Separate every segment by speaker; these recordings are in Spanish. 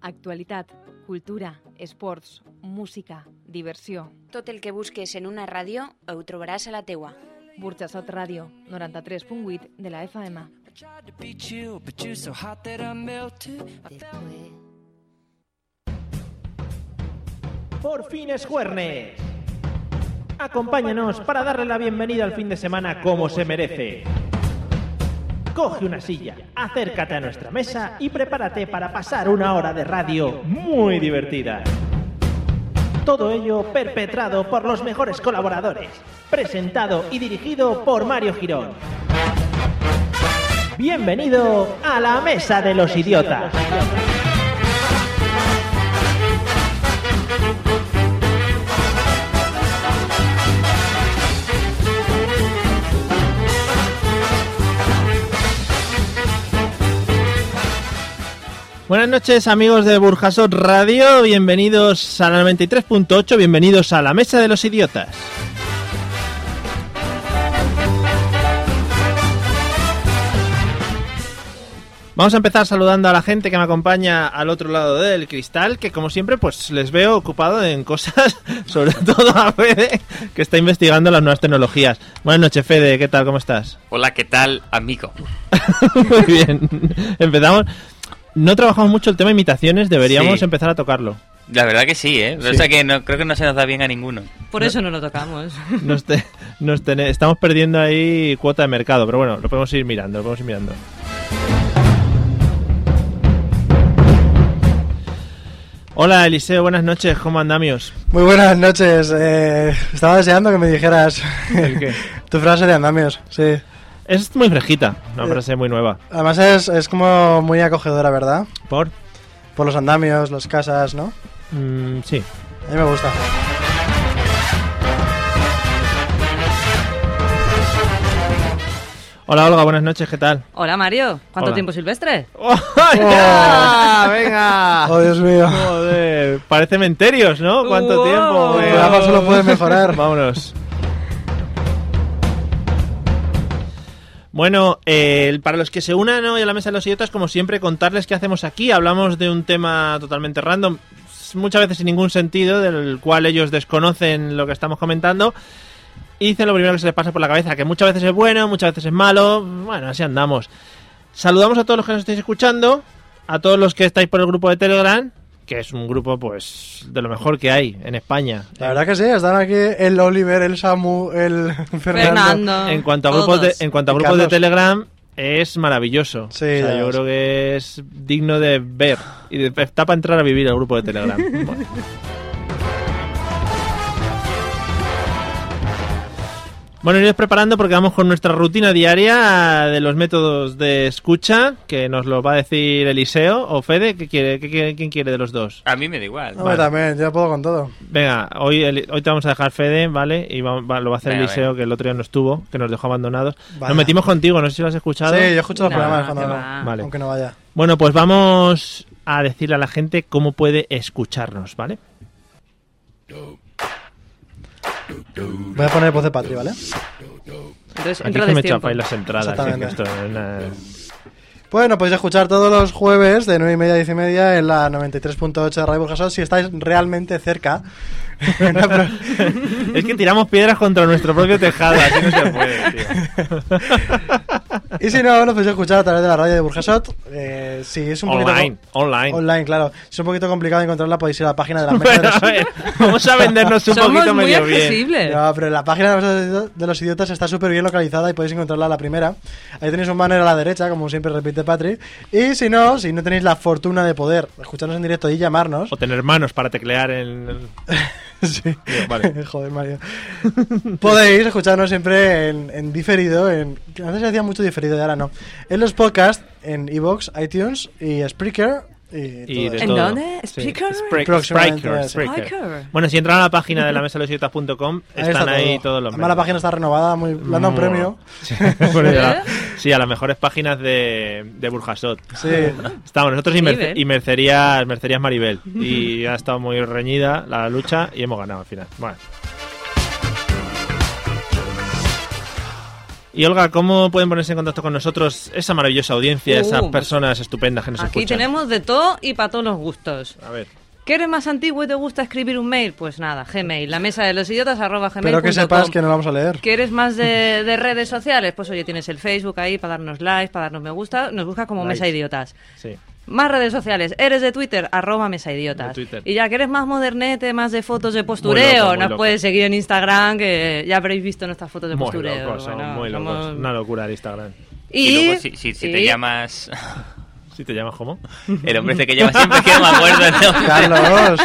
Speaker 1: Actualitat, cultura, esports, música, diversió.
Speaker 2: Tot el que busques en una ràdio ho trobaràs a la teua.
Speaker 1: Burjassot Ràdio, 93.8 de la FM.
Speaker 3: I tried to be chill, but you're so hot that I melted. I felt
Speaker 4: Por fin es jueves. Acompáñanos para darle la bienvenida al fin de semana como se merece. Coge una silla, acércate a nuestra mesa y prepárate para pasar una hora de radio muy divertida. Todo ello perpetrado por los mejores colaboradores, presentado y dirigido por Mario Girón. Bienvenido a la mesa de los idiotas. Buenas noches amigos de Burjasot Radio, bienvenidos a la 93.8, bienvenidos a la Mesa de los Idiotas. Vamos a empezar saludando a la gente que me acompaña al otro lado del cristal, que como siempre pues les veo ocupado en cosas, sobre todo a Fede, que está investigando las nuevas tecnologías. Buenas noches Fede, ¿qué tal? ¿Cómo estás?
Speaker 5: Hola, ¿qué tal, amigo?
Speaker 4: Muy bien, empezamos. No trabajamos mucho el tema de imitaciones, deberíamos
Speaker 5: Sí.
Speaker 4: empezar a tocarlo.
Speaker 5: La verdad que sí, ¿eh? Pero
Speaker 4: Sí.
Speaker 5: O sea que no, creo que no se nos da bien a ninguno.
Speaker 6: Por eso no lo tocamos.
Speaker 4: Nos te- nos tene- estamos perdiendo ahí cuota de mercado, pero bueno, lo podemos ir mirando, lo podemos ir mirando. Hola Eliseo, buenas noches, ¿cómo andamios?
Speaker 7: Muy buenas noches. eh, estaba deseando que me dijeras
Speaker 4: ¿El qué?
Speaker 7: tu frase de andamios. Sí.
Speaker 4: Es muy fresquita, una frase muy nueva.
Speaker 7: Además es, es como muy acogedora, ¿verdad?
Speaker 4: ¿Por?
Speaker 7: Por los andamios, las casas, ¿no?
Speaker 4: Mm, sí.
Speaker 7: A mí me gusta.
Speaker 4: Hola Olga, buenas noches, ¿qué tal?
Speaker 6: Hola Mario, ¿cuánto
Speaker 4: Hola. ¡Oh,
Speaker 6: tiempo silvestre?
Speaker 4: ¡Ya! ¡Venga!
Speaker 7: Oh, Dios mío.
Speaker 4: Joder, parece menterios, ¿no? ¿Cuánto
Speaker 6: Wow.
Speaker 4: tiempo?
Speaker 6: El
Speaker 7: programa solo puede mejorar.
Speaker 4: Vámonos. Bueno, eh, para los que se unan hoy a la mesa de los idiotas, como siempre, contarles qué hacemos aquí. Hablamos de un tema totalmente random, s- muchas veces sin ningún sentido, del cual ellos desconocen lo que estamos comentando. Y dicen lo primero que se les pasa por la cabeza, que muchas veces es bueno, muchas veces es malo. Bueno, así andamos. Saludamos a todos los que nos estáis escuchando, a todos los que estáis por el grupo de Telegram, que es un grupo, pues, de lo mejor que hay en España.
Speaker 7: La verdad que sí, están aquí el Oliver, el Samu, el Fernando.
Speaker 6: Fernando.
Speaker 4: En cuanto a grupos de,
Speaker 6: todos.
Speaker 4: en cuanto a
Speaker 7: Y
Speaker 4: grupos de
Speaker 7: Carlos.
Speaker 4: Telegram, es maravilloso.
Speaker 7: Sí,
Speaker 4: O sea,
Speaker 7: ya
Speaker 4: yo
Speaker 7: ves.
Speaker 4: creo que es digno de ver. Y de- está para entrar a vivir el grupo de Telegram. Bueno. Bueno, iros preparando porque vamos con nuestra rutina diaria de los métodos de escucha, que nos lo va a decir Eliseo o Fede. ¿Qué quiere, qué quiere- ¿Quién quiere de los dos?
Speaker 5: A mí me da igual.
Speaker 7: No, también, yo puedo con todo.
Speaker 4: Venga, hoy, Eli- hoy te vamos a dejar Fede, ¿vale? Y va- va- lo va a hacer
Speaker 5: Venga,
Speaker 4: Eliseo, que el otro día no estuvo, que nos dejó abandonados.
Speaker 7: Vaya.
Speaker 4: Nos metimos contigo, no sé si lo has escuchado.
Speaker 7: Sí, yo escucho los
Speaker 6: No,
Speaker 7: programas
Speaker 6: qué
Speaker 7: cuando.
Speaker 6: va.
Speaker 4: Vale.
Speaker 7: Aunque no vaya.
Speaker 4: Bueno, pues vamos a decirle a la gente cómo puede escucharnos, ¿vale?
Speaker 7: Voy a poner voz de Patri, ¿vale?
Speaker 6: Entonces,
Speaker 4: Aquí
Speaker 6: entro
Speaker 4: que me
Speaker 6: destiempo.
Speaker 4: chafáis las entradas. así que
Speaker 7: Exactamente.
Speaker 4: esto es una-
Speaker 7: Bueno, podéis escuchar todos los jueves de 9 y media a 10 y media en la 93.8 de Radio Burjasot si estáis realmente cerca. No, pero-
Speaker 4: es que tiramos piedras contra nuestro propio tejado, así no se puede, tío.
Speaker 7: y si no, pues nos podéis escuchar a través de la radio de Burjasot. Eh, si es un poquito-
Speaker 4: Online, online.
Speaker 7: Online, claro. Si es un poquito complicado encontrarla, podéis ir a la página de la mesa de
Speaker 4: Bueno, eh.
Speaker 7: los
Speaker 4: a ver, vamos a vendernos un
Speaker 6: Somos
Speaker 4: poquito
Speaker 6: muy
Speaker 4: medio bien.
Speaker 6: accesibles.
Speaker 7: No, pero la página de los idiotas- de los idiotas está súper bien localizada y podéis encontrarla a la primera. Ahí tenéis un banner a la derecha, como siempre repite Patri. Y si no, si no tenéis la fortuna de poder escucharnos en directo y llamarnos,
Speaker 4: O tener manos para teclear en... el-
Speaker 7: Sí.
Speaker 4: Bien, vale.
Speaker 7: Joder, Mario. Podéis escucharnos siempre en, en diferido. En, que antes se hacía mucho diferido y ahora no. En los podcasts, en Evox, iTunes y Spreaker. Y, todo
Speaker 4: Y de
Speaker 7: eso.
Speaker 6: ¿En
Speaker 4: todo.
Speaker 6: dónde?
Speaker 4: Sí.
Speaker 6: ¿Spreaker?
Speaker 4: Spreaker,
Speaker 7: Próximamente,
Speaker 4: Spreaker,
Speaker 7: sí.
Speaker 4: Spreaker.
Speaker 6: Spreaker.
Speaker 4: Bueno, si entran a la página de la mesa de los idiotas.com,
Speaker 7: Ahí
Speaker 4: están
Speaker 7: está
Speaker 4: ahí
Speaker 7: todo.
Speaker 4: todos
Speaker 7: Además,
Speaker 4: los Mm.
Speaker 7: la
Speaker 4: medios.
Speaker 7: página está renovada, muy, le han dado un
Speaker 4: Mua.
Speaker 7: premio.
Speaker 4: Sí, bueno,
Speaker 6: ¿Eh?
Speaker 4: ya- sí, a las mejores páginas de, de Burjasot.
Speaker 7: Sí.
Speaker 4: Estamos nosotros y, merce-
Speaker 6: Nivel.
Speaker 4: y mercerías, mercerías Maribel. Y ha estado muy reñida la lucha y hemos ganado al final. Bueno. Y Olga, ¿cómo pueden ponerse en contacto con nosotros esa maravillosa audiencia,
Speaker 6: Uh,
Speaker 4: esas
Speaker 6: pues-
Speaker 4: personas estupendas que nos
Speaker 6: Aquí
Speaker 4: escuchan?
Speaker 6: tenemos de todo y para todos los gustos.
Speaker 4: A ver.
Speaker 6: ¿Que eres más antiguo y te gusta escribir un mail? Pues nada, Gmail, la mesa de los idiotas arroba gmail.
Speaker 7: Pero que sepas que no lo vamos a leer.
Speaker 6: eres más de, de redes sociales? Pues oye, tienes el Facebook ahí para darnos like, para darnos me gusta. Nos buscas como
Speaker 4: Likes.
Speaker 6: Mesa Idiotas.
Speaker 4: Sí.
Speaker 6: Más redes sociales. Eres de Twitter, arroba Mesa Idiotas.
Speaker 4: De Twitter.
Speaker 6: Y ya que eres más modernete, más de fotos de postureo,
Speaker 4: loco, muy
Speaker 6: nos
Speaker 4: loco.
Speaker 6: puedes seguir en Instagram, que ya habréis visto nuestras fotos de
Speaker 4: Muy
Speaker 6: postureo.
Speaker 4: locos, son
Speaker 6: Bueno,
Speaker 4: muy locos.
Speaker 6: somos-
Speaker 4: Una locura de Instagram.
Speaker 5: Y, luego, si, si- si te
Speaker 6: sí.
Speaker 5: llamas.
Speaker 4: ¿Sí te llamas cómo?
Speaker 5: El hombre este que llama siempre que no me acuerdo el nombre.
Speaker 7: Carlos, Carlos.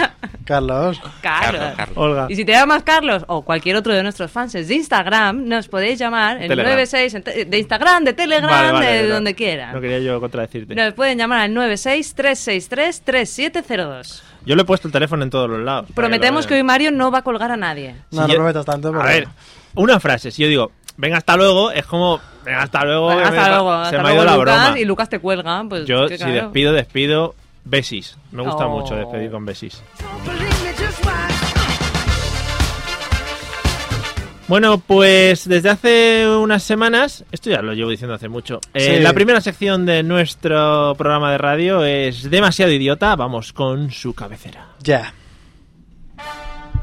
Speaker 6: Carlos.
Speaker 5: Carlos, Carlos.
Speaker 4: Olga.
Speaker 6: Y si te llamas Carlos o cualquier otro de nuestros fans de Instagram, nos podéis llamar en
Speaker 4: Telegram.
Speaker 6: 96 en te- de Instagram, de Telegram,
Speaker 4: Vale, vale,
Speaker 6: de
Speaker 4: verdad.
Speaker 6: donde quieran.
Speaker 4: No quería yo contradecirte.
Speaker 6: Nos pueden llamar al 96 363 3702.
Speaker 4: Yo le he puesto el teléfono en todos los lados. para
Speaker 6: Prometemos que
Speaker 4: lo
Speaker 6: hoy
Speaker 4: vean.
Speaker 6: Mario no va a colgar a nadie.
Speaker 4: Si
Speaker 7: No, no
Speaker 4: yo-
Speaker 7: me metas tanto.
Speaker 4: A
Speaker 7: porque-
Speaker 4: ver, una frase. Si yo digo, venga hasta luego, es como, venga hasta luego.
Speaker 6: Bueno,
Speaker 4: que
Speaker 6: hasta
Speaker 4: me-
Speaker 6: luego,
Speaker 4: se
Speaker 6: hasta
Speaker 4: me ha ido
Speaker 6: luego
Speaker 4: la
Speaker 6: Lucas
Speaker 4: broma.
Speaker 6: y Lucas te cuelga. Pues,
Speaker 4: Yo,
Speaker 6: qué
Speaker 4: si
Speaker 6: claro.
Speaker 4: despido, despido besis. Me gusta
Speaker 6: Oh.
Speaker 4: mucho despedir con besis. Bueno, pues desde hace unas semanas, esto ya lo llevo diciendo hace mucho, eh,
Speaker 7: Sí.
Speaker 4: la primera sección de nuestro programa de radio es demasiado idiota, vamos con su cabecera.
Speaker 7: Ya.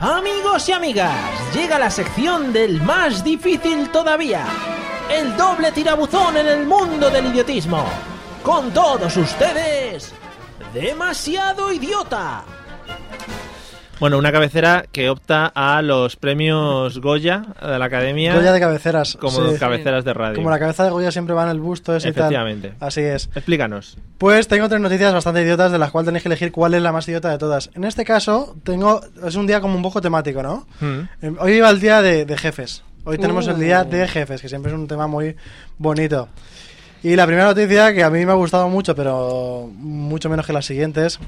Speaker 8: Amigos y amigas, llega la sección del más difícil todavía. El doble tirabuzón en el mundo del idiotismo. Con todos ustedes, demasiado idiota.
Speaker 4: Bueno, una cabecera que opta a los premios Goya de la Academia
Speaker 7: Goya de cabeceras.
Speaker 4: como
Speaker 7: sí.
Speaker 4: cabeceras de radio.
Speaker 7: Como la cabeza de Goya siempre va en el busto ese y tal.
Speaker 4: Efectivamente.
Speaker 7: Así es.
Speaker 4: Explícanos.
Speaker 7: Pues tengo tres noticias bastante idiotas de las cuales tenéis que elegir cuál es la más idiota de todas. En este caso, tengo es un día como un poco temático, ¿no?
Speaker 4: Hmm.
Speaker 7: Eh, Hoy iba el día de, de jefes. Hoy tenemos el día de jefes, que siempre es un tema muy bonito. Y la primera noticia que a mí me ha gustado mucho, pero mucho menos que las siguientes,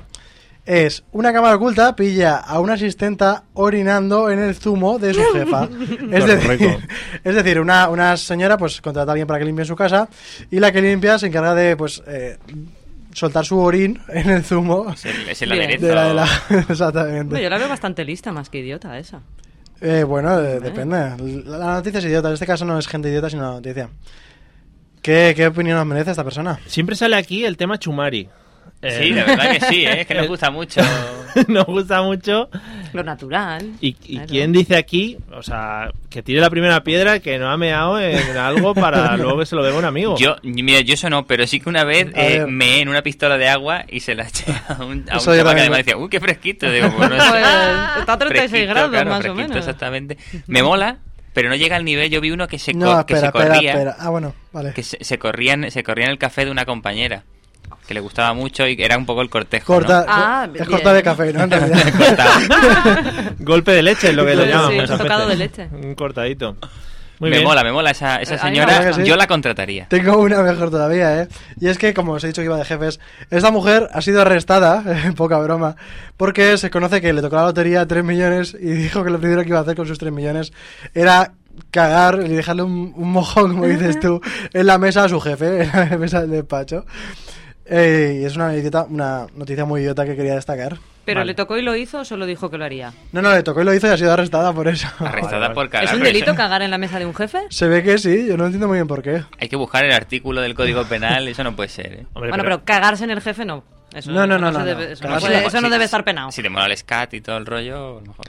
Speaker 7: es una cámara oculta pilla a una asistenta orinando en el zumo de su jefa. es,
Speaker 4: Correcto.
Speaker 7: decir, es decir, una, una señora pues contrata a alguien para que limpie su casa y la que limpia se encarga de pues eh, soltar su orín en el zumo.
Speaker 5: Es el, es el
Speaker 6: Bien.
Speaker 5: aderezo.
Speaker 7: De la, de la- exactamente.
Speaker 6: Bueno, yo la veo bastante lista, más que idiota esa.
Speaker 7: Eh, bueno, eh, depende. La, la noticia es idiota. En este caso no es gente idiota, sino la noticia. ¿Qué, qué opinión nos merece esta persona?
Speaker 4: Siempre sale aquí el tema Chumari. Eh,
Speaker 5: Sí, la verdad que sí, ¿eh? es que nos gusta mucho.
Speaker 4: nos gusta mucho.
Speaker 6: Lo natural.
Speaker 4: ¿Y, y
Speaker 6: Claro.
Speaker 4: quién dice aquí, o sea, que tire la primera piedra que no ha meado en algo para luego que se lo beba un amigo?
Speaker 5: Yo, mira, yo eso no, pero sí que una vez
Speaker 7: Oh. A
Speaker 5: eh,
Speaker 7: ver.
Speaker 5: meé en una pistola de agua y se la eché a un, a un
Speaker 7: Eso
Speaker 5: chaval
Speaker 7: yo
Speaker 5: que
Speaker 7: también.
Speaker 5: además decía, uy, qué fresquito. Digo, bueno,
Speaker 6: Pues, está a 36
Speaker 5: fresquito,
Speaker 6: grados,
Speaker 5: claro,
Speaker 6: más o
Speaker 5: fresquito,
Speaker 6: menos.
Speaker 5: Exactamente. Me mola, pero no llega al nivel. Yo vi uno que se,
Speaker 7: No,
Speaker 5: co- que se
Speaker 7: espera,
Speaker 5: corría.
Speaker 7: espera, espera. Ah, bueno, vale.
Speaker 5: que se, se corrían se corrían el café de una compañera que le gustaba mucho y era un poco el cortejo
Speaker 7: Corta,
Speaker 5: ¿no?
Speaker 6: Ah,
Speaker 7: es
Speaker 6: bien.
Speaker 7: cortar de café, ¿no? En realidad.
Speaker 5: Cortado.
Speaker 4: Golpe de leche es lo que lo
Speaker 6: Sí,
Speaker 4: llaman
Speaker 6: sí,
Speaker 4: muchas
Speaker 6: tocado
Speaker 4: veces.
Speaker 6: de leche.
Speaker 4: Un cortadito. Muy
Speaker 5: me
Speaker 4: bien.
Speaker 5: mola me mola esa, esa
Speaker 6: Eh, a mí me
Speaker 5: señora
Speaker 7: gusta.
Speaker 5: yo la contrataría
Speaker 7: Tengo una mejor todavía, ¿eh? Y es que, como os he dicho que iba de jefes, esta mujer ha sido arrestada, en poca broma, porque se conoce que le tocó la lotería 3 millones y dijo que lo primero que iba a hacer con sus 3 millones era cagar y dejarle un, un mojón, como dices tú, en la mesa a su jefe, en la mesa del despacho. Eh, y es una, idiota- una noticia muy idiota que quería destacar.
Speaker 6: ¿Pero
Speaker 4: Vale.
Speaker 6: le tocó y lo hizo o solo dijo que lo haría?
Speaker 7: No, no, le tocó y lo hizo y ha sido arrestada por eso.
Speaker 5: arrestada
Speaker 4: vale.
Speaker 5: por cagar
Speaker 6: ¿Es un
Speaker 5: pero eso-
Speaker 6: delito cagar en la mesa de un jefe?
Speaker 7: Se ve que sí, yo no entiendo muy bien por qué.
Speaker 5: hay que buscar el artículo del código penal eso no puede ser ¿eh?
Speaker 4: Hombre,
Speaker 6: bueno,
Speaker 4: pero-
Speaker 6: pero... cagarse en el jefe no. Eso
Speaker 7: No, no, no,
Speaker 6: se
Speaker 7: no,
Speaker 6: debe-
Speaker 7: no.
Speaker 6: Eso, no,
Speaker 7: Cagarse
Speaker 6: puede-
Speaker 7: en la-
Speaker 6: eso no
Speaker 5: si-
Speaker 6: debe estar penado.
Speaker 5: si te mola el scat y todo el rollo a lo mejor.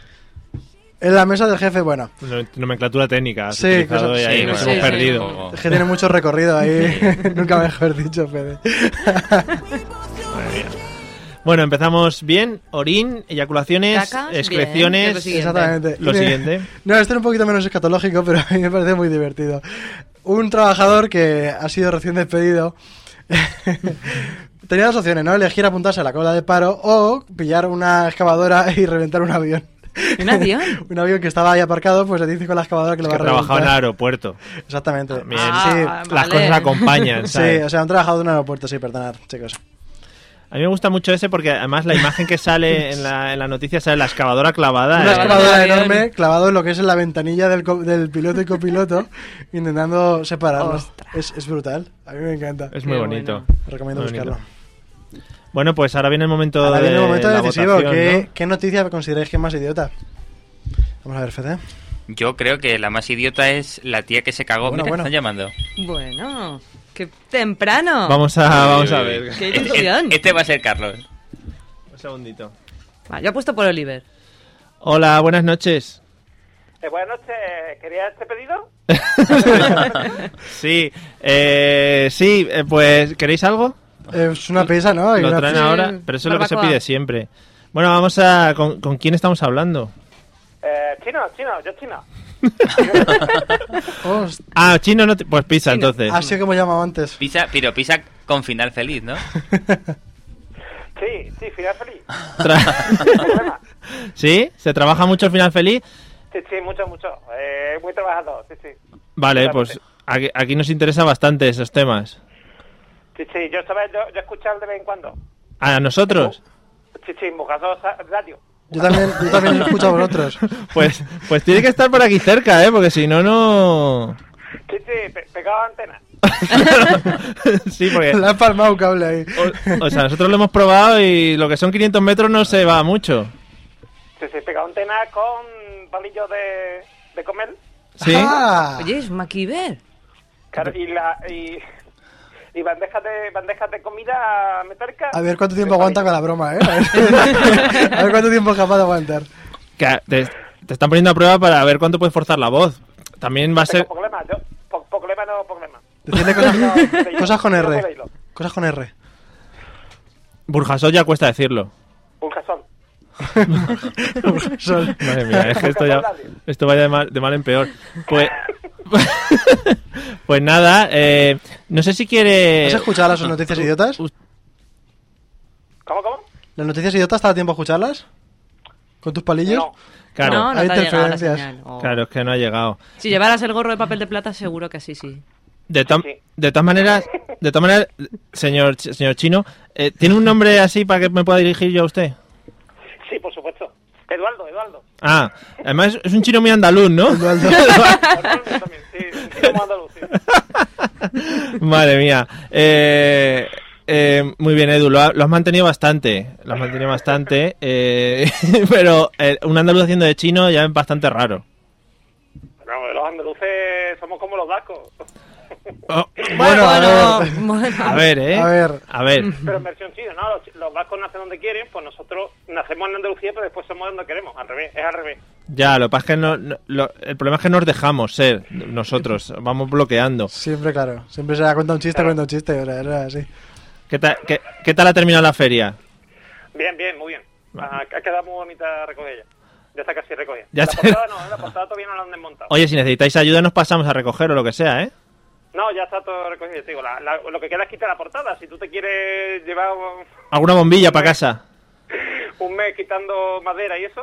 Speaker 7: En la mesa del jefe, bueno,
Speaker 4: No- Nomenclatura técnica. has
Speaker 7: Sí,
Speaker 4: utilizado
Speaker 7: cosas-
Speaker 4: y ahí
Speaker 7: sí,
Speaker 4: nos
Speaker 6: sí,
Speaker 4: hemos
Speaker 6: sí.
Speaker 4: perdido.
Speaker 5: Un poco.
Speaker 7: Es que tiene mucho recorrido ahí, nunca mejor dicho, Fede.
Speaker 4: Bueno, empezamos bien. Orín, eyaculaciones,
Speaker 6: Cacas, bien, que ¿eh?
Speaker 4: excreciones.
Speaker 6: es lo siguiente.
Speaker 7: Exactamente.
Speaker 4: Lo
Speaker 7: Y mira,
Speaker 4: siguiente.
Speaker 7: No, esto es un poquito menos escatológico, pero a mí me parece muy divertido. Un trabajador que ha sido recién despedido tenía dos opciones, ¿no? Elegir apuntarse a la cola de paro o pillar una excavadora y reventar un avión.
Speaker 6: ¿Un avión?
Speaker 7: un avión que estaba ahí aparcado, pues le dice con la excavadora que lo
Speaker 4: que
Speaker 7: va a
Speaker 4: trabajaba en el
Speaker 7: reventar.
Speaker 4: aeropuerto.
Speaker 7: Exactamente.
Speaker 4: También.
Speaker 6: Ah,
Speaker 4: Las
Speaker 6: Vale.
Speaker 4: cosas acompañan,
Speaker 7: Sí,
Speaker 4: ¿sabes?
Speaker 7: o sea, han trabajado en un aeropuerto, sí, perdonad, chicos.
Speaker 4: A mí me gusta mucho ese porque además la imagen que sale en la, en la noticia sale la excavadora clavada.
Speaker 7: Una
Speaker 4: eh,
Speaker 7: excavadora
Speaker 6: Avión.
Speaker 7: enorme clavado en lo que es en la ventanilla del, co- del piloto y copiloto, intentando separarlos. Es, es brutal, a mí me encanta.
Speaker 4: Es muy
Speaker 6: Qué
Speaker 4: bonito.
Speaker 6: bueno.
Speaker 7: Recomiendo
Speaker 4: muy
Speaker 7: buscarlo.
Speaker 4: bonito. Bueno, pues ahora viene el momento
Speaker 7: Ahora viene el
Speaker 4: de
Speaker 7: momento
Speaker 4: la
Speaker 7: decisivo.
Speaker 4: votación,
Speaker 7: ¿Qué,
Speaker 4: ¿no?
Speaker 7: qué noticia consideráis que es más idiota? Vamos a ver, Fede.
Speaker 5: Yo creo que la más idiota es la tía que se cagó.
Speaker 7: Bueno,
Speaker 5: Mira,
Speaker 7: bueno.
Speaker 5: están llamando.
Speaker 6: Bueno, qué temprano.
Speaker 4: Vamos a, Ah, vamos a ver.
Speaker 6: Qué
Speaker 5: Este-
Speaker 6: ilusión.
Speaker 5: Este va a ser Carlos.
Speaker 4: Un segundito.
Speaker 6: Va, yo apuesto por Oliver.
Speaker 4: Hola, buenas noches.
Speaker 9: Eh, buenas noches, ¿quería este pedido?
Speaker 4: Sí, eh, sí, eh, pues ¿queréis algo?
Speaker 7: Es una pizza, ¿no? Y
Speaker 4: Lo
Speaker 7: una
Speaker 4: traen
Speaker 7: pizza.
Speaker 4: ahora, pero eso es lo que se
Speaker 6: barbacoa.
Speaker 4: pide siempre. Bueno, vamos a... ¿Con, con quién estamos hablando?
Speaker 9: Eh, chino, chino, yo chino.
Speaker 7: Host-
Speaker 4: Ah, chino no... te- Pues pizza, entonces.
Speaker 7: Así como llamaba antes.
Speaker 5: Pisa, pero pisa con final feliz, ¿no?
Speaker 9: Sí, sí, final feliz.
Speaker 4: Tra- ¿Sí? ¿Se trabaja mucho el final feliz?
Speaker 9: Sí, sí, mucho, mucho. Eh, muy trabajado, sí, sí.
Speaker 4: Vale, pues aquí, aquí nos interesa bastante esos temas.
Speaker 9: Sí, sí, yo, sabes, yo, yo escuchaba de vez en cuando.
Speaker 4: ¿A nosotros?
Speaker 9: Sí, sí, en Bocaso sa- Radio.
Speaker 7: Yo también, yo también lo escucho a vosotros.
Speaker 4: Pues, pues tiene que estar por aquí cerca, ¿eh? Porque si no, no...
Speaker 9: Sí, sí, pe- pegado a antena.
Speaker 4: sí, porque...
Speaker 7: La he palmado un cable ahí.
Speaker 4: O, o sea, nosotros lo hemos probado y lo que son 500 metros no se va mucho.
Speaker 9: Sí, sí, pegado a antena con palillos de, de comer.
Speaker 4: ¿Sí?
Speaker 7: Ah,
Speaker 6: Oye, es Maquiver.
Speaker 9: Claro, y, la, y, y bandejas, de, bandejas de comida metálica.
Speaker 7: a ver cuánto tiempo aguanta con la broma, ¿eh? A ver, a ver cuánto tiempo es capaz de aguantar.
Speaker 4: Que te, te están poniendo a prueba para ver cuánto puedes forzar la voz. También va a ser...
Speaker 9: Tengo problema, yo. po- Problema no, problema.
Speaker 7: Decirle
Speaker 9: No,
Speaker 7: cosas,
Speaker 9: leílo,
Speaker 7: cosas con
Speaker 9: yo puedo
Speaker 7: R.
Speaker 9: leerlo.
Speaker 7: Cosas con R.
Speaker 4: Burjasot ya cuesta decirlo.
Speaker 9: Burjasón.
Speaker 7: Son-
Speaker 4: Madre mía, es que esto ya... Esto vaya de mal, de mal en peor. Pues... pues nada, eh, no sé si quiere...
Speaker 7: ¿Has escuchado las noticias idiotas?
Speaker 9: ¿Cómo, cómo?
Speaker 7: ¿Las noticias idiotas te da tiempo a escucharlas? ¿Con tus palillos?
Speaker 9: No.
Speaker 4: Claro,
Speaker 6: no, no
Speaker 7: hay
Speaker 6: te ha llegado la
Speaker 7: interferencias.
Speaker 6: señal. Oh.
Speaker 4: claro, es que no ha llegado.
Speaker 6: Si llevaras el gorro de papel de plata, seguro que sí, sí.
Speaker 4: De, tam-
Speaker 9: Sí.
Speaker 4: de todas maneras, de todas maneras, señor, Ch- señor Chino, eh, ¿tiene un nombre así para que me pueda dirigir yo a usted?
Speaker 9: Sí, por supuesto. Eduardo, Eduardo.
Speaker 4: Ah, además es un chino muy andaluz, ¿no?
Speaker 9: Eduardo también, sí, sí, como andaluz, sí.
Speaker 4: Madre mía. Eh, eh, muy bien, Edu, lo, ha- lo has mantenido bastante. Lo has mantenido bastante. eh, pero eh, un andaluz haciendo de chino ya es bastante raro.
Speaker 9: Pero los andaluces somos como los vascos,
Speaker 4: Oh,
Speaker 7: Bueno, a ver.
Speaker 6: bueno.
Speaker 4: a ver, ¿eh?
Speaker 7: A ver.
Speaker 4: A ver.
Speaker 9: pero en versión china, ¿no? Los, los vascos nacen donde quieren, pues nosotros nacemos en Andalucía, pero después somos donde queremos, al revés, es al revés.
Speaker 4: Ya, lo que pasa es que no- no- lo- el problema es que nos dejamos ser nosotros. Vamos bloqueando.
Speaker 7: Siempre, claro. Siempre se da cuenta un chiste,
Speaker 9: Claro.
Speaker 7: cuenta un chiste. O sea, era así.
Speaker 4: ¿Qué tal, qué- qué tal ha terminado la feria?
Speaker 9: Bien, bien, muy bien. Ha, ha quedado muy bonita recogida. Ya está casi recogida.
Speaker 4: Ya
Speaker 9: la
Speaker 4: está.
Speaker 9: portada no, ¿eh? la portada todavía no la han desmontado.
Speaker 4: Oye, si necesitáis ayuda, nos pasamos a recoger o lo que sea, ¿eh?
Speaker 9: No, ya está todo recogido. Te Digo, la- la- lo que queda es quitar la portada. Si tú te quieres llevar un-
Speaker 4: ¿Alguna bombilla para casa?
Speaker 9: un mes quitando madera y eso,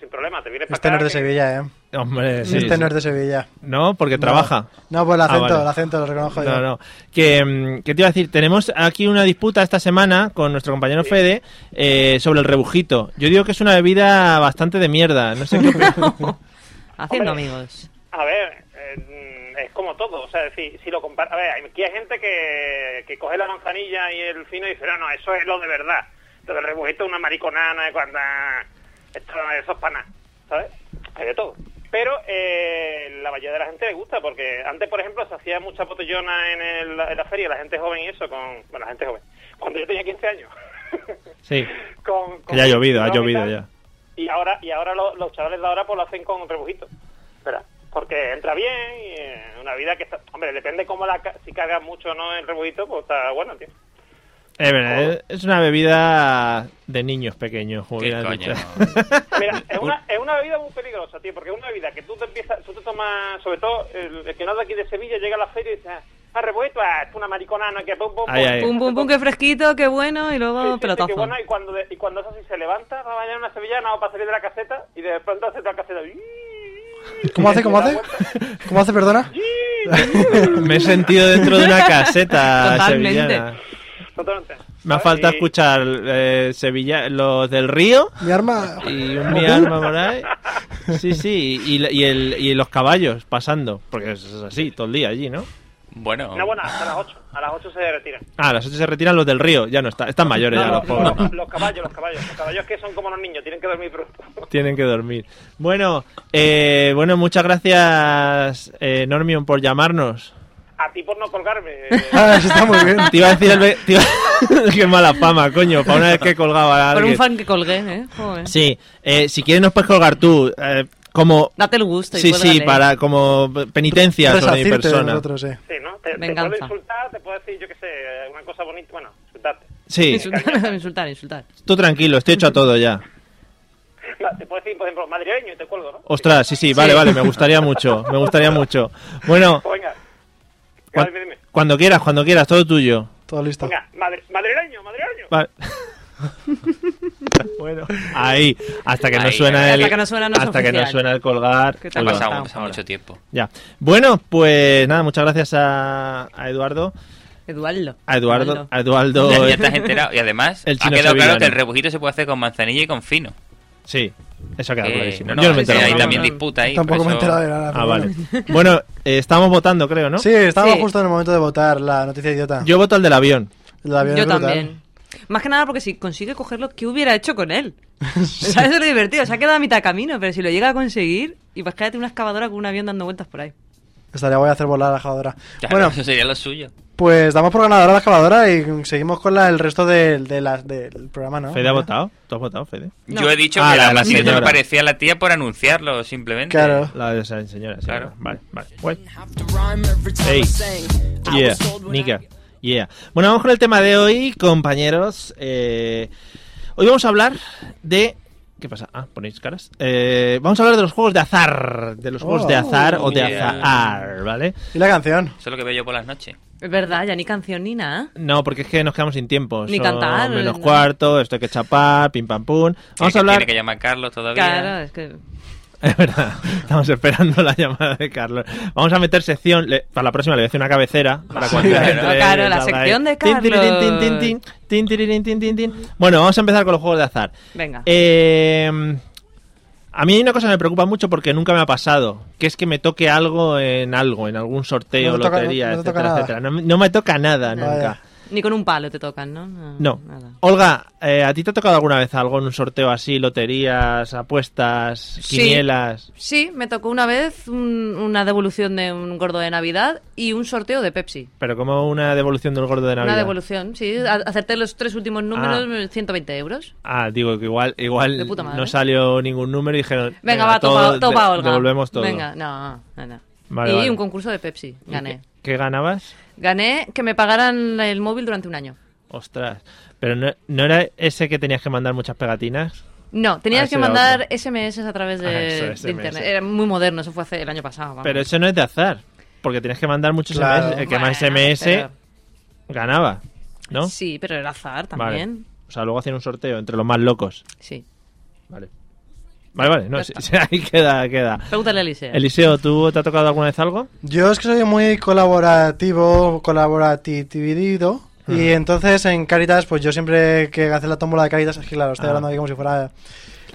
Speaker 9: sin problema, te vienes para
Speaker 7: Este no es
Speaker 9: acá
Speaker 7: de
Speaker 9: que-
Speaker 7: Sevilla, ¿eh?
Speaker 4: Hombre, sí.
Speaker 7: este
Speaker 4: sí.
Speaker 7: no es de Sevilla.
Speaker 4: No, porque trabaja.
Speaker 7: No, pues el
Speaker 4: Ah,
Speaker 7: acento,
Speaker 4: vale.
Speaker 7: el acento lo reconozco yo.
Speaker 4: No, no. Que, mm, que te iba a decir, tenemos aquí una disputa esta semana con nuestro compañero Fede eh, sobre el rebujito. Yo digo que es una bebida bastante de mierda. No sé qué opinas.
Speaker 6: Haciendo amigos.
Speaker 9: A ver, eh, es como todo, o sea, si, si lo compara, a ver, aquí hay gente que, que coge la manzanilla y el fino y dice, no, no, eso es lo de verdad. Lo del rebujito es una mariconana, cuando esto, eso es pana, ¿sabes? Hay de todo. Pero eh, la mayoría de la gente le gusta, porque antes, por ejemplo, se hacía mucha botellona en, el- en la feria, la gente joven y eso, con, bueno, la gente joven, cuando yo tenía 15 años.
Speaker 4: Sí,
Speaker 9: con,
Speaker 4: que ya ha
Speaker 9: con-
Speaker 4: llovido, ha
Speaker 9: con
Speaker 4: llovido
Speaker 9: mitad.
Speaker 4: ya.
Speaker 9: Y ahora, y ahora lo- los chavales de ahora pues lo hacen con rebujito, ¿verdad? Porque entra bien y eh, una vida que está... Hombre, depende cómo la... ca- Si cargas mucho o no el rebujito, pues está bueno, tío.
Speaker 4: Es verdad, es- es una bebida de niños pequeños, como
Speaker 5: ¿Qué
Speaker 4: bien has
Speaker 5: coño?
Speaker 4: dicho.
Speaker 9: Mira, es una, es una bebida muy peligrosa, tío, porque es una bebida que tú te empiezas... Tú te tomas, sobre todo, el, el que no es de aquí de Sevilla, llega a la feria y dice... Ah, rebujito, ah, es una mariconana que... Pum, pum, pum,
Speaker 4: Ay,
Speaker 10: Eh.
Speaker 4: ay.
Speaker 6: Pum, pum, pum, qué fresquito, qué bueno, y
Speaker 9: Sí, sí,
Speaker 6: luego
Speaker 9: sí,
Speaker 6: pelotazo.
Speaker 9: qué buena, y cuando, de- y cuando eso sí se levanta, va a bañar una sevillana o para salir de la caseta y de pronto hace la caseta.
Speaker 7: ¿Cómo hace, cómo
Speaker 9: Y da
Speaker 7: hace?
Speaker 9: vuelta.
Speaker 7: ¿Cómo hace, perdona?
Speaker 4: Me he sentido dentro de una caseta
Speaker 6: Totalmente.
Speaker 4: sevillana.
Speaker 9: Totalmente.
Speaker 4: Me ha
Speaker 9: ¿Sabes?
Speaker 4: faltado
Speaker 9: Y-
Speaker 4: escuchar eh, Sevilla, los del río
Speaker 7: Mi arma.
Speaker 4: y un mi alma por ahí. Sí, sí, y, y- y el- y los caballos pasando, porque eso es así, todo el día allí, ¿no?
Speaker 5: Bueno,
Speaker 9: No, bueno, hasta las 8. A las 8 se retiran.
Speaker 4: Ah, a las 8 se retiran los del río, ya no está, están mayores ya
Speaker 9: No,
Speaker 4: los pobres.
Speaker 9: los, los caballos, los caballos. Los caballos que son como los niños, tienen que dormir pronto.
Speaker 4: Tienen que dormir. Bueno, eh, bueno, muchas gracias eh, Normion por llamarnos.
Speaker 9: A ti por no colgarme. eh,
Speaker 7: Ah, eso está muy bien.
Speaker 4: Te iba a decir el ve- te iba- qué mala fama, coño, para una vez que colgaba a
Speaker 6: Por un
Speaker 4: alguien.
Speaker 6: fan que colgué, ¿eh? Joder.
Speaker 4: Sí, eh, si quieres nos puedes colgar tú, eh, como
Speaker 6: Date el gusto. y
Speaker 4: sí, sí,
Speaker 6: cuélgale.
Speaker 4: para como penitencia sobre mi
Speaker 7: Resarcirte de
Speaker 4: persona.
Speaker 7: nosotros, eh.
Speaker 9: Sí, ¿no? Te, te
Speaker 6: Venganza.
Speaker 9: puedo insultar, te puedo decir, yo qué sé, una cosa bonita. Bueno, insultarte.
Speaker 4: Sí,
Speaker 6: Insultar, insultar, insultar.
Speaker 4: tú tranquilo, estoy hecho a todo ya.
Speaker 9: Ma- Te puedo decir, por ejemplo, madrileño y te cuelgo, ¿no?
Speaker 4: Ostras, sí, sí, vale, vale, me gustaría mucho, me gustaría mucho. Bueno,
Speaker 9: Pues venga.
Speaker 4: cua-
Speaker 9: Dime, dime.
Speaker 4: cuando quieras, cuando quieras, todo tuyo.
Speaker 7: Todo
Speaker 4: Pues-
Speaker 7: listo.
Speaker 9: Venga, madri- madrileño, madrileño.
Speaker 4: Vale. bueno, ahí, hasta que no
Speaker 5: Ahí,
Speaker 4: suena
Speaker 5: ahí.
Speaker 4: el
Speaker 6: Hasta que no suena, no es
Speaker 4: hasta que no
Speaker 6: oficial.
Speaker 4: suena el colgar.
Speaker 6: ¿Qué te
Speaker 5: ha
Speaker 4: colgar.
Speaker 5: pasado, ha
Speaker 6: Hola.
Speaker 5: pasado mucho tiempo.
Speaker 4: Ya. Bueno, pues nada, muchas gracias a, a Eduardo,
Speaker 6: Eduardo.
Speaker 4: a Eduardo,
Speaker 6: Eduardo.
Speaker 5: Ya,
Speaker 4: a Eduardo.
Speaker 5: ya te has enterado. Y además,
Speaker 4: eh. El
Speaker 5: ha
Speaker 4: chino
Speaker 5: quedado claro
Speaker 4: sevillano.
Speaker 5: que el rebujito se puede hacer con manzanilla y con fino.
Speaker 4: Sí, eso ha quedado
Speaker 5: Eh,
Speaker 4: clarísimo.
Speaker 5: no, no,
Speaker 4: Yo no me he
Speaker 5: sí,
Speaker 4: enterado.
Speaker 5: hay
Speaker 6: no,
Speaker 5: también
Speaker 6: no, no.
Speaker 5: disputa ahí.
Speaker 7: Tampoco
Speaker 5: por
Speaker 7: me he
Speaker 5: eso-
Speaker 7: enterado de nada.
Speaker 4: Ah,
Speaker 7: pero
Speaker 4: vale.
Speaker 7: bueno.
Speaker 4: Bueno, eh, estábamos votando, creo, ¿no?
Speaker 7: Sí, estábamos
Speaker 6: Sí.
Speaker 7: justo en el momento de votar la noticia idiota.
Speaker 4: Yo voto el del avión.
Speaker 7: La vida
Speaker 6: Yo
Speaker 7: es brutal.
Speaker 6: también. Más que nada porque si consigue cogerlo, ¿qué hubiera hecho con él? ¿Sabes Eso es lo divertido? Se ha quedado a mitad de camino, pero si lo llega a conseguir, y pues quédate una excavadora con un avión dando vueltas por ahí.
Speaker 7: Estaría voy a hacer volar la excavadora.
Speaker 5: Claro,
Speaker 7: Bueno,
Speaker 5: eso sería lo suyo.
Speaker 7: pues damos por ganadora la excavadora y seguimos con la, el resto de, de la- del programa, ¿no?
Speaker 4: Fede ha votado. ¿Tú has votado, Fede?
Speaker 6: No.
Speaker 5: Yo he dicho
Speaker 4: Ah,
Speaker 5: que
Speaker 4: la-
Speaker 5: la,
Speaker 4: la
Speaker 5: manzanilla
Speaker 4: señora.
Speaker 5: me parecía a la tía por anunciarlo, simplemente.
Speaker 7: Claro.
Speaker 4: La de esa señora, sí,
Speaker 5: Claro.
Speaker 4: Vale, vale. Guay. Ey. Yeah, Nika. Yeah. Bueno, vamos con el tema de hoy, compañeros. Eh, hoy vamos a hablar de. ¿Qué pasa? Ah, ponéis caras. Eh, vamos a hablar de los juegos de azar. De los juegos
Speaker 7: Oh.
Speaker 4: de azar o de
Speaker 5: Yeah.
Speaker 4: azar, ¿vale?
Speaker 7: Y la canción.
Speaker 5: Eso es lo que veo yo por las noches.
Speaker 6: Es verdad, ya ni canción ni nada.
Speaker 4: No, porque es que nos quedamos sin tiempo.
Speaker 6: Ni
Speaker 4: Son
Speaker 6: cantar,
Speaker 4: Menos
Speaker 6: no.
Speaker 4: cuarto, esto hay que chapar, pim pam pum.
Speaker 5: Tiene
Speaker 4: Vamos
Speaker 5: que-
Speaker 4: a hablar.
Speaker 5: Tiene que llamar Carlos todavía.
Speaker 6: Claro, es que.
Speaker 4: Es verdad, estamos esperando la llamada de Carlos. Vamos a meter sección, le- para la próxima le voy a hacer una cabecera. Para
Speaker 5: Sí,
Speaker 4: cuando
Speaker 5: claro.
Speaker 4: entre,
Speaker 6: Claro, la
Speaker 4: salga ahí.
Speaker 6: sección de
Speaker 4: Tin, tirirín, tin, tin, tin, tin, tirirín, tin, tin, tin. Bueno, vamos a empezar con los juegos de azar.
Speaker 6: Venga.
Speaker 4: Eh, a mí hay una cosa que me preocupa mucho porque nunca me ha pasado, que es que me toque algo en algo, en algún sorteo,
Speaker 7: No te toca-
Speaker 4: lotería,
Speaker 7: no te toca
Speaker 4: etcétera,
Speaker 7: nada.
Speaker 4: etcétera. No, me- no me toca nada
Speaker 7: Vaya.
Speaker 4: nunca.
Speaker 6: Ni con un palo te tocan, ¿no?
Speaker 4: No.
Speaker 6: nada.
Speaker 4: Olga, eh, ¿a ti te ha tocado alguna vez algo en un sorteo así? Loterías, apuestas,
Speaker 6: Sí.
Speaker 4: quinielas.
Speaker 6: Sí, me tocó una vez un- una devolución de un gordo de Navidad y un sorteo de Pepsi.
Speaker 4: Pero como una devolución del gordo de Navidad.
Speaker 6: Una devolución, sí. A- Acerté los tres últimos números, 120 euros.
Speaker 4: Ah, digo que igual, igual
Speaker 6: De puta madre.
Speaker 4: no salió ningún número y dijeron.
Speaker 6: Venga, va, topa,
Speaker 4: todo-
Speaker 6: topa
Speaker 4: de-
Speaker 6: Olga.
Speaker 4: Devolvemos todo.
Speaker 6: Venga, no, no, no.
Speaker 4: Vale,
Speaker 6: y
Speaker 4: vale.
Speaker 6: un concurso de Pepsi,
Speaker 4: ¿Y
Speaker 6: gané.
Speaker 4: ¿Qué, qué ganabas?
Speaker 6: Gané que me pagaran el móvil durante un año.
Speaker 4: Ostras. Pero no, no era ese que tenías que mandar muchas pegatinas.
Speaker 6: No,
Speaker 4: Ah,
Speaker 6: tenías
Speaker 4: ese
Speaker 6: que
Speaker 4: era
Speaker 6: mandar
Speaker 4: otro.
Speaker 6: SMS a través de,
Speaker 4: Ah, eso,
Speaker 6: de
Speaker 4: SMS.
Speaker 6: internet. Era muy moderno, eso fue hace el año pasado. vamos.
Speaker 4: Pero eso no es de azar. Porque tenías que mandar muchos
Speaker 7: Claro.
Speaker 4: SMS. El que más
Speaker 6: Bueno,
Speaker 4: SMS
Speaker 6: pero-
Speaker 4: ganaba. ¿No?
Speaker 6: Sí, pero era azar
Speaker 4: Vale.
Speaker 6: también.
Speaker 4: O sea, luego hacían un sorteo entre los más locos.
Speaker 6: Sí.
Speaker 4: Vale. Vale, vale. No,
Speaker 6: Ya
Speaker 4: sí,
Speaker 6: está.
Speaker 4: sí, ahí queda, queda.
Speaker 6: Pregúntale a Eliseo.
Speaker 4: Eliseo, ¿tú te ha tocado alguna vez algo?
Speaker 7: Yo es que soy muy colaborativo, colaborativido. Y entonces en Caritas, pues yo siempre que hace la tómbola de Caritas, es que claro, estoy
Speaker 4: Ah.
Speaker 7: hablando aquí como si fuera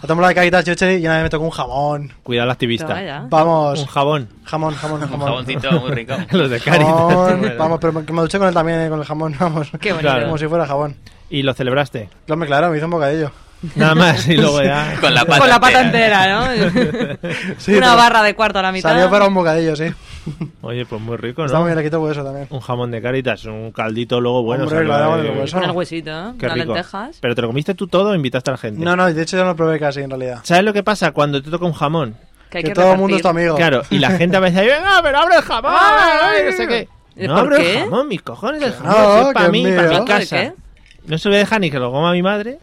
Speaker 7: la tómbola de Caritas, yo eché y una vez me tocó un jamón.
Speaker 4: Cuidado al activista.
Speaker 6: Vaya.
Speaker 4: Un
Speaker 7: Vamos,
Speaker 4: jabón.
Speaker 7: jamón, jamón,
Speaker 5: Un
Speaker 7: jamón.
Speaker 5: jaboncito muy rico.
Speaker 4: Los de
Speaker 7: Oh,
Speaker 4: Caritas.
Speaker 7: Jamón, vamos, pero me, que me duché con él también, eh, con el jamón, vamos.
Speaker 6: Qué bonito.
Speaker 4: Claro.
Speaker 7: Como si fuera jabón.
Speaker 4: Y lo celebraste.
Speaker 7: Claro, me- claro, me hizo un bocadillo.
Speaker 4: Nada más. Y luego ya.
Speaker 5: Con la pata
Speaker 6: Con la pata
Speaker 5: entera.
Speaker 6: entera, ¿no?
Speaker 7: Sí,
Speaker 6: Una
Speaker 7: pero-
Speaker 6: barra de cuarto a la mitad.
Speaker 7: Salió para un bocadillo, sí.
Speaker 4: Oye, pues muy rico,
Speaker 7: Está
Speaker 4: ¿no?
Speaker 7: muy bien, le quito hueso también.
Speaker 4: Un jamón de caritas, un caldito luego bueno.
Speaker 7: Hombre, pues
Speaker 4: salió
Speaker 7: lo daba
Speaker 4: ahí.
Speaker 7: en el hueso.
Speaker 6: Con el huesito,
Speaker 4: Qué
Speaker 6: las
Speaker 4: rico.
Speaker 6: lentejas.
Speaker 4: Pero te lo comiste tú todo o invitaste a la gente.
Speaker 7: No, no, de hecho yo no lo probé casi en realidad.
Speaker 4: ¿Sabes lo que pasa cuando te toca un jamón?
Speaker 6: Que, hay
Speaker 7: que
Speaker 6: que
Speaker 7: todo el mundo es tu
Speaker 6: repartir.
Speaker 7: amigo.
Speaker 4: Claro, y la gente a veces dice, ¡Ah, pero abre el jamón! ay, no sé qué.
Speaker 6: ¿Y
Speaker 4: No
Speaker 6: por
Speaker 4: abro
Speaker 6: qué?
Speaker 4: el jamón, mis cojones, el
Speaker 7: Que
Speaker 4: jamón
Speaker 7: no,
Speaker 4: si es para
Speaker 7: que
Speaker 4: mí,
Speaker 7: es
Speaker 4: para
Speaker 7: mío.
Speaker 4: mi casa.
Speaker 6: ¿De
Speaker 4: No se lo voy a dejar ni que lo coma mi madre.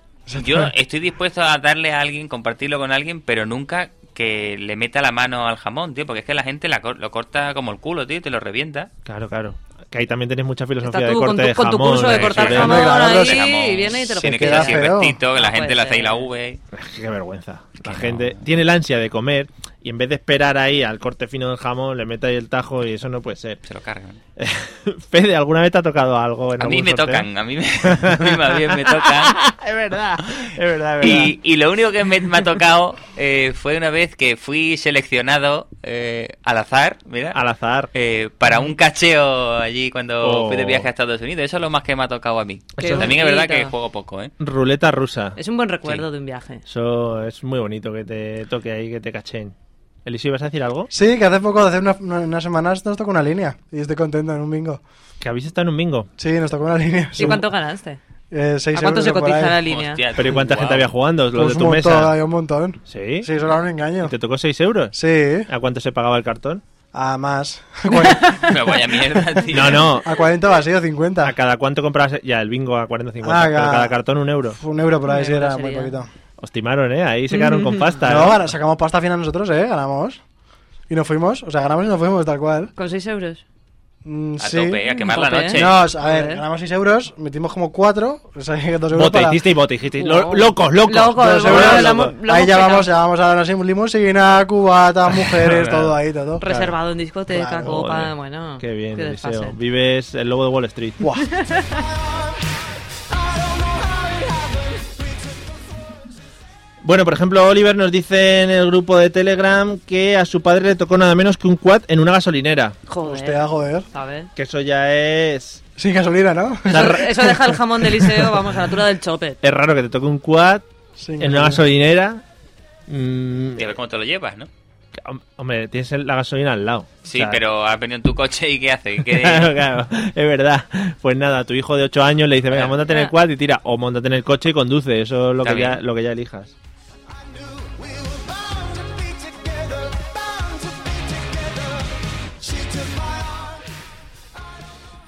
Speaker 5: Yo estoy dispuesto a darle a alguien, compartirlo con alguien, pero nunca que le meta la mano al jamón, tío, porque es que la gente la cor- lo corta como el culo, tío, y te lo revienta.
Speaker 4: Claro, claro. Que ahí también tenés mucha filosofía
Speaker 6: Estás
Speaker 4: de
Speaker 6: tú con
Speaker 4: corte
Speaker 6: tu,
Speaker 4: de
Speaker 6: con
Speaker 4: jamón.
Speaker 6: tu curso de
Speaker 4: eh,
Speaker 6: cortar
Speaker 4: que-
Speaker 7: claro,
Speaker 6: jamón
Speaker 7: claro,
Speaker 6: ahí
Speaker 7: sí.
Speaker 6: y viene y te lo
Speaker 5: Tiene que ser
Speaker 7: queda
Speaker 5: así
Speaker 7: feo.
Speaker 5: rectito, que la
Speaker 6: No
Speaker 5: gente
Speaker 6: puede
Speaker 5: le hace ahí la
Speaker 6: ser.
Speaker 5: V.
Speaker 4: Es que Qué vergüenza. La gente tiene el ansia de comer y en vez de esperar ahí al corte fino del jamón, le mete ahí el tajo y eso no puede ser.
Speaker 5: Se lo cargan.
Speaker 4: Fede, ¿alguna vez te ha tocado algo? En
Speaker 5: A mí
Speaker 4: algún
Speaker 5: me
Speaker 4: sorteo?
Speaker 5: tocan, a mí, me, a mí más bien me tocan.
Speaker 4: es verdad, es verdad, es verdad.
Speaker 5: Y, y lo único que me, me ha tocado eh, fue una vez que fui seleccionado eh, al azar, mira,
Speaker 4: Al azar.
Speaker 5: eh, para un cacheo allí cuando
Speaker 4: Oh.
Speaker 5: fui de viaje a Estados Unidos. Eso es lo más que me ha tocado a mí.
Speaker 6: Qué
Speaker 5: También es verdad que
Speaker 6: bonito.
Speaker 5: juego poco, ¿eh?
Speaker 4: Ruleta rusa.
Speaker 6: Es un buen recuerdo de un viaje.
Speaker 4: Eso es muy bonito que te toque ahí, que te cachen. Elisio, ¿ibas a decir algo?
Speaker 7: Sí, que hace poco, hace una- una- unas semanas, nos tocó una línea. Y estoy contento en un bingo.
Speaker 4: Que habéis estado en un bingo.
Speaker 7: Sí, nos tocó una línea.
Speaker 6: ¿Y cuánto ganaste?
Speaker 7: Eh, seis
Speaker 6: ¿A cuánto
Speaker 7: euros
Speaker 6: se
Speaker 7: o por
Speaker 6: cotiza
Speaker 7: ahí.
Speaker 6: la línea?
Speaker 5: Hostia,
Speaker 4: Pero ¿y cuánta
Speaker 5: guau.
Speaker 4: gente había jugando? Los
Speaker 7: Pues
Speaker 4: de
Speaker 7: un
Speaker 4: tu
Speaker 7: montón,
Speaker 4: mesa.
Speaker 7: hay un montón.
Speaker 4: ¿Sí?
Speaker 7: Sí, eso era un engaño.
Speaker 4: ¿Y te tocó 6 euros?
Speaker 7: Sí,
Speaker 4: ¿A cuánto se pagaba el cartón?
Speaker 7: a más. A cua-
Speaker 5: Pero vaya mierda, tío.
Speaker 4: No, no.
Speaker 7: A 40 vacío, 50.
Speaker 4: ¿A cada cuánto comprabas? Ya, el bingo a 40 o 50.
Speaker 7: Ah,
Speaker 4: pero
Speaker 7: cada-
Speaker 4: cada cartón un euro.
Speaker 7: Un euro por ahí,
Speaker 6: Un
Speaker 7: sí,
Speaker 6: euro
Speaker 7: era muy
Speaker 6: sería.
Speaker 7: poquito.
Speaker 4: Os timaron, ¿eh? Ahí se quedaron con pasta.
Speaker 7: No,
Speaker 4: ¿eh?
Speaker 7: ahora sacamos pasta final nosotros, ¿eh? Ganamos. Y nos fuimos, o sea, ganamos y nos fuimos, tal cual.
Speaker 6: ¿Con 6 euros?
Speaker 7: Mm,
Speaker 5: A
Speaker 7: sí.
Speaker 5: tope, a quemar la
Speaker 6: Tope, ¿eh?
Speaker 5: noche.
Speaker 7: No, o sea, a ver,
Speaker 6: Joder.
Speaker 7: ganamos 6 euros, metimos como 4, o sea, 2 euros
Speaker 4: Bote,
Speaker 7: para...
Speaker 4: hicisteis bote, hicisteis. Lo-
Speaker 6: Wow.
Speaker 4: Locos, locos.
Speaker 6: Locos,
Speaker 4: Dos
Speaker 6: locos,
Speaker 4: euros,
Speaker 6: la-
Speaker 4: locos.
Speaker 6: Lo
Speaker 7: ahí
Speaker 6: hemos
Speaker 7: ya
Speaker 6: petado.
Speaker 7: vamos, ya vamos a la sim- limusina, cubatas, mujeres, todo ahí, todo.
Speaker 6: Reservado en discoteca,
Speaker 7: Claro,
Speaker 6: copa,
Speaker 4: Joder,
Speaker 6: bueno.
Speaker 4: Qué bien,
Speaker 6: desfase.
Speaker 4: Eliseo. Vives el lobo de Wall Street.
Speaker 7: Buah.
Speaker 4: Bueno, por ejemplo, Oliver nos dice en el grupo de Telegram que a su padre le tocó nada menos que un quad en una gasolinera.
Speaker 6: Joder.
Speaker 7: Hostia, joder.
Speaker 6: ¿Sabes?
Speaker 4: Que eso ya es.
Speaker 7: Sin gasolina, ¿no?
Speaker 4: o sea,
Speaker 6: Eso,
Speaker 4: ra-
Speaker 6: eso deja el jamón de Eliseo, vamos, a la altura del chope.
Speaker 4: es raro que te toque un quad
Speaker 7: Sin
Speaker 4: en una gasolinera. Mm,
Speaker 5: Y a ver cómo te lo llevas, ¿no?
Speaker 4: hom- hombre, tienes el- la gasolina al lado.
Speaker 5: Sí,
Speaker 4: O sea,
Speaker 5: pero has venido en tu coche y ¿qué hace? ¿Qué-
Speaker 4: Claro, claro, es verdad. Pues nada, tu hijo de 8 años le dice, venga,
Speaker 5: Eh,
Speaker 4: montate en el quad y tira. O montate en el coche y conduce. Eso es lo,
Speaker 5: Está
Speaker 4: que ya,
Speaker 5: bien.
Speaker 4: lo que ya elijas.